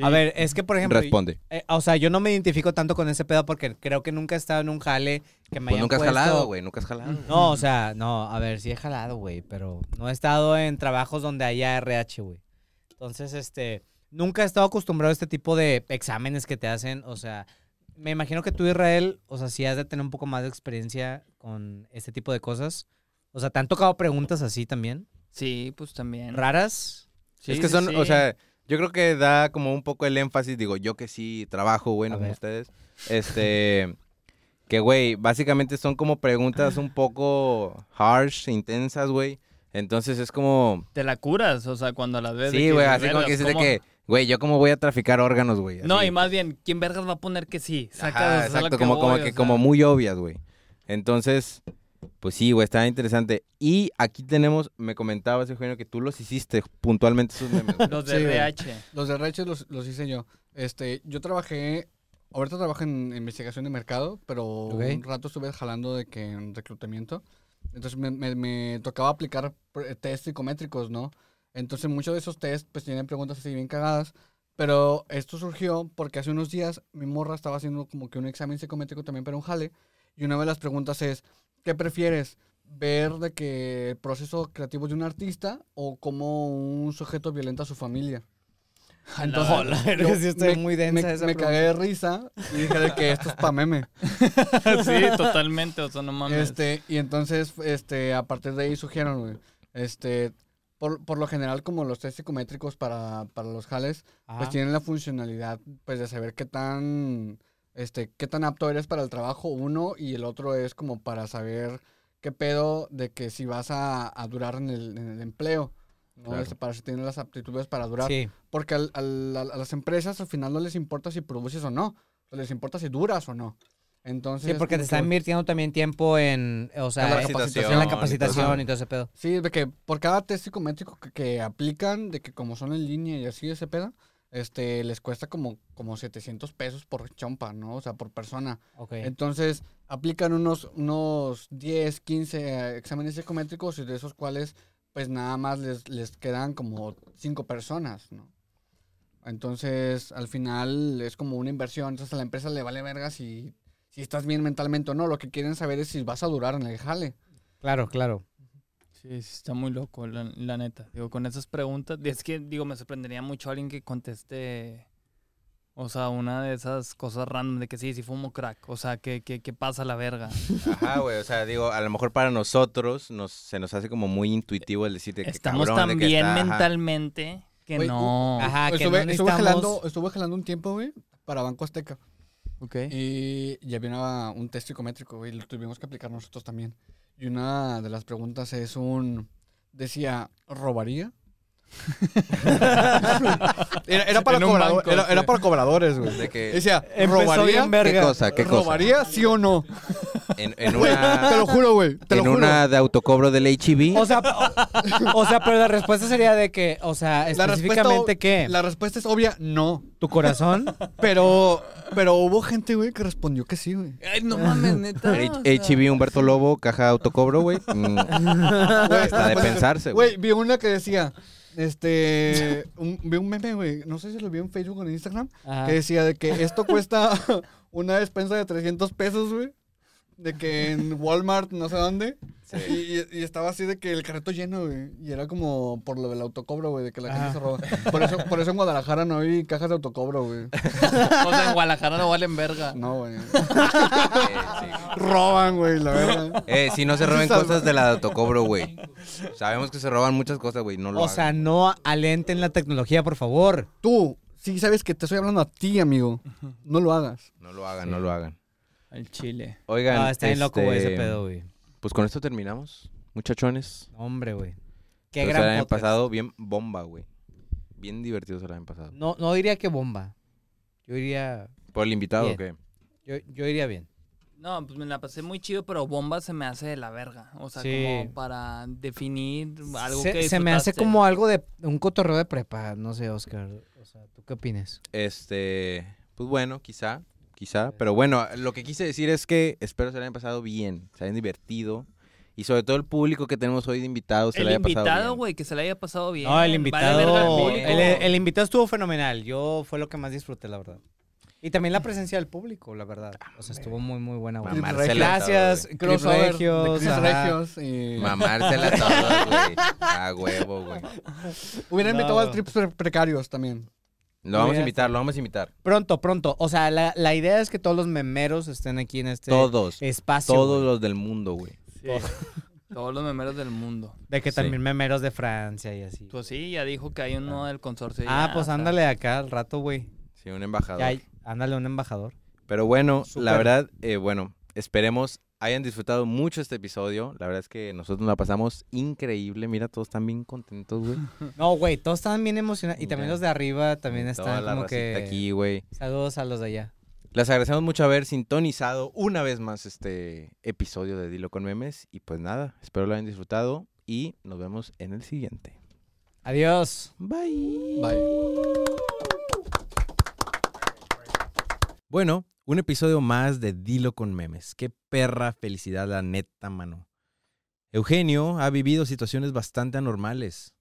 S1: A ver, es que, por ejemplo,
S2: Responde.
S1: eh, o sea, yo no me identifico tanto con ese pedo porque creo que nunca he estado en un jale que me
S2: Pues
S1: hayan
S2: nunca has
S1: puesto-
S2: jalado, güey, nunca has jalado.
S1: No, o sea, no, a ver, sí he jalado, güey, pero no he estado en trabajos donde haya RH, güey. Entonces, este, nunca he estado acostumbrado a este tipo de exámenes que te hacen, o sea, me imagino que tú, Israel, o sea, sí has de tener un poco más de experiencia con este tipo de cosas. O sea, ¿te han tocado preguntas así también?
S3: Sí, pues también.
S1: ¿Raras?
S3: Sí,
S2: es que
S3: sí,
S2: son, o
S3: sí.
S2: sea, yo creo que da como un poco el énfasis, digo, yo que sí trabajo, güey,
S1: A
S2: no como
S1: ver.
S2: ustedes. Este, que, güey, básicamente son como preguntas un poco harsh, intensas, güey. Entonces es como,
S3: Te la curas, o sea, cuando la ves. de
S2: sí,
S3: que,
S2: güey, así
S3: vergas,
S2: como que dices de
S3: ¿cómo?
S2: que, güey, yo cómo voy a traficar órganos, güey.
S3: No,
S2: así.
S3: y más bien, ¿quién vergas va a poner que sí? Saca
S2: Ajá,
S3: o sea, lo
S2: exacto, como, como,
S3: voy, o
S2: que,
S3: sea.
S2: como muy obvias, güey. Entonces, pues sí, güey, está interesante. Y aquí tenemos, me comentabas, Eugenio, que tú los hiciste puntualmente esos memes. güey.
S3: Los
S4: Sí,
S3: de
S4: güey.
S3: RH.
S4: Los de Rachel los, los hice yo. Este, yo trabajé, ahorita trabajo en investigación de mercado, pero un rato estuve jalando de que en reclutamiento. Entonces me, me- me tocaba aplicar pr- test psicométricos, ¿no? Entonces muchos de esos test pues tienen preguntas así bien cagadas. Pero esto surgió porque hace unos días mi morra estaba haciendo como que un examen psicométrico también para un jale. Y una de las preguntas es, ¿qué prefieres? ¿Ver de que el proceso creativo de un artista o cómo un sujeto violenta a su familia? Entonces,
S1: Hola, verga,
S4: yo
S1: sí estoy muy densa
S4: me,
S1: esa
S4: me
S1: pregunta.
S4: cagué de risa y dije de que esto es pa' meme.
S3: sí, totalmente, o sea, no mames.
S4: Este, y entonces, este, a partir de ahí surgieron, güey. Este, por, por lo general, como los test psicométricos para, para los jales, pues
S1: Ajá.
S4: tienen la funcionalidad, pues, de saber qué tan, este, qué tan apto eres para el trabajo, uno, y el otro es como para saber qué pedo de que si vas a, a durar en el, en el empleo, ¿no?
S2: Claro.
S4: Este, para si tienes las aptitudes para durar.
S1: Sí,
S4: Porque al- al- al- a las empresas al final no les importa si produces o no. Les importa si duras o no. Entonces.
S1: sí, porque te
S4: como
S1: están
S4: que-
S1: invirtiendo también tiempo en, o sea,
S4: la
S1: en-
S4: capacitación
S1: en
S2: y
S1: la
S2: todo.
S1: capacitación y todo ese pedo.
S4: Sí, de que por cada test psicométrico que, que aplican, de que como son en línea y así ese pedo, este, les cuesta como, como 700 pesos por chompa, ¿no? O sea, por persona.
S1: Ok.
S4: Entonces, aplican unos, unos 10, 15 exámenes psicométricos y de esos cuales, pues nada más les, les quedan como 5 personas, ¿no? Entonces, al final es como una inversión. Entonces, a la empresa le vale verga si, si estás bien mentalmente o no. Lo que quieren saber es si vas a durar en el jale.
S1: Claro, claro.
S3: Sí, sí, está muy loco, la, la neta. Digo, con esas preguntas, y es que, digo, me sorprendería mucho alguien que conteste, o sea, una de esas cosas random de que sí, sí fumo crack, o sea, que, que, que pasa la verga.
S2: Ajá, güey, o sea, digo, a lo mejor para nosotros nos, se nos hace como muy intuitivo el decirte que
S3: Estamos
S2: cabrón, de
S3: tan
S2: que
S3: bien
S2: está, ajá.
S3: mentalmente que
S4: Güey,
S3: no.
S1: Ajá, Ah, que
S4: estuve,
S1: no
S4: estuve
S1: necesitamos...
S4: jalando, estuve jalando un tiempo, güey, para Banco Azteca.
S3: Ok.
S1: Eh,
S4: Y ya viene un test psicométrico, güey, y lo tuvimos que aplicar nosotros también. Y una de las preguntas es un... Decía, ¿robaría? Era, era para,
S3: En un
S4: cobrado-
S3: banco,
S4: era, era
S3: sí.
S4: para cobradores, güey.
S2: De que-
S4: Decía,
S1: Empezó
S4: ¿robaría?
S1: bien
S2: Eh, ¿Qué
S1: verga.
S2: cosa? ¿Qué cosa?
S4: ¿Robaría sí o no?
S2: En, en
S4: Güey,
S2: una,
S4: te lo juro, güey. Te lo
S2: en
S4: juro.
S2: una de autocobro del HIV.
S1: O sea, o, o sea, pero la respuesta sería de que, o sea,
S4: La respuesta-
S1: específicamente qué?
S4: La respuesta es obvia, no.
S1: ¿Tu corazón?
S4: Pero, pero hubo gente, güey, que respondió que sí, güey.
S3: Ay, no mames, neta.
S2: el HIV Humberto Lobo, caja de autocobro, güey. Mm,
S4: Güey,
S2: Está de
S4: pues,
S2: pensarse, güey.
S4: Güey, vi una que decía, este, un- vi un meme, güey, no sé si lo vi en Facebook o en Instagram,
S1: Ajá.
S4: que decía de que esto cuesta una despensa de 300 pesos, güey. De que en Walmart, no sé dónde. Y, y- y estaba así de que el carrito lleno, güey. Y era como por lo del autocobro, güey, de que la gente se roba. Por eso, por eso en Guadalajara no hay cajas de autocobro, güey.
S3: O sea, en Guadalajara no valen verga.
S4: No, güey.
S2: Eh, sí, güey.
S4: Roban, güey, la verdad.
S2: Eh, si no se roben
S4: Salva-
S2: cosas de la de autocobro, güey. Sabemos que se roban muchas cosas, güey. No lo
S1: O sea, no alenten la tecnología, por favor.
S4: Tú, sí sabes que te estoy hablando a ti, amigo. No lo hagas.
S2: hagan. No lo hagan, no lo hagan.
S3: Al chile.
S2: Oigan.
S1: Ah, está bien loco, güey, ese
S2: este,
S1: pedo, güey.
S2: Pues con esto terminamos, muchachones.
S1: Hombre, güey. Qué
S2: Pero
S1: gran
S2: el año
S1: podcast.
S2: pasado, bien bomba, güey. Bien divertido el año
S3: Mm.
S2: pasado.
S1: No, no diría que bomba. Yo diría.
S2: ¿Por el invitado
S1: Bien.
S2: o qué?
S1: Yo, yo diría bien.
S3: No, pues me la pasé muy chido, pero bomba se me hace de la verga. O sea,
S1: Sí.
S3: como para definir algo
S1: se,
S3: que
S1: se me hace
S3: disfrutaste.
S1: como algo de un cotorreo de prepa, no sé, Oscar. O sea, ¿tú qué opinas?
S2: Este, pues bueno, quizá, quizá. Pero bueno, lo que quise decir es que espero se lo hayan pasado bien, se hayan divertido. Y sobre todo el público que tenemos hoy de invitados, se
S3: El
S2: le haya pasado
S3: invitado,
S2: bien.
S3: güey, que se le haya pasado bien.
S1: No, el
S3: Vale verga
S1: invitado. eh,
S3: público.
S1: el, el invitado estuvo fenomenal. Yo fue lo que más disfruté, la verdad. Y también la presencia del público, la verdad.
S3: Ah,
S1: O sea, estuvo muy, muy buena. güey.
S4: Mamá,
S2: Mamársela
S1: Gracias,
S2: todo,
S1: Cruz
S4: Crossover de
S1: Regios.
S4: Chris
S1: ajá.
S4: Regios y-
S2: güey. Mamársela todo, güey. A huevo, güey.
S4: Hubiera
S1: No.
S4: invitado al Trips pre- Precarios también.
S2: Lo vamos a invitar, lo vamos a invitar.
S1: Pronto, pronto. O sea, la, la idea es que todos los memeros estén aquí en este
S2: Todos.
S1: espacio.
S2: Todos
S1: güey.
S2: los del mundo, güey.
S3: Todos los memeros del mundo.
S1: De que
S2: Sí.
S1: también memeros de Francia y así.
S3: Pues sí, ya dijo que hay uno del consorcio.
S1: Ah,
S3: ya,
S1: pues
S3: o sea,
S1: ándale acá al rato, güey.
S2: Sí, un embajador.
S1: Ya, ándale un embajador.
S2: Pero bueno, la
S1: Súper.
S2: verdad, eh, bueno, esperemos hayan disfrutado mucho este episodio. La verdad es que nosotros la pasamos increíble. Mira, todos están bien contentos, güey.
S1: No, güey, todos estaban bien emocionados. Y también
S2: Mira.
S1: los de arriba también
S2: Toda
S1: están
S2: la
S1: como
S2: racita
S1: que.
S2: aquí, güey.
S1: Saludos a los de allá.
S2: Les agradecemos mucho haber sintonizado una vez más este episodio de Dilo con Memes. Y pues nada, espero lo hayan disfrutado y nos vemos en el siguiente.
S1: Adiós.
S2: Bye.
S4: Bye.
S6: Bueno, un episodio más de Dilo con Memes. Qué perra felicidad, la neta, mano. Eugenio ha vivido situaciones bastante anormales.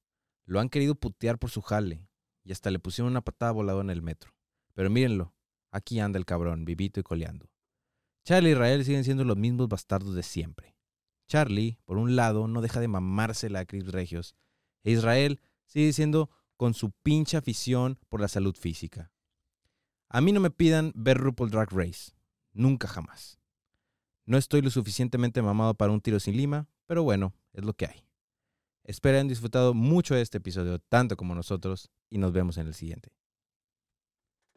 S6: Lo han querido putear por su jale y hasta le pusieron una patada voladora en el metro. Pero mírenlo, aquí anda el cabrón, vivito y coleando. Charlie y Israel siguen siendo los mismos bastardos de siempre. Charlie, por un lado, no deja de mamársela a Chris Regios. E Israel sigue siendo con su pinche afición por la salud física. A mí no me pidan ver RuPaul Drag Race. Nunca jamás. No estoy lo suficientemente mamado para un tiro sin lima, pero bueno, es lo que hay. Espero hayan disfrutado mucho de este episodio, tanto como nosotros, y nos vemos en el siguiente.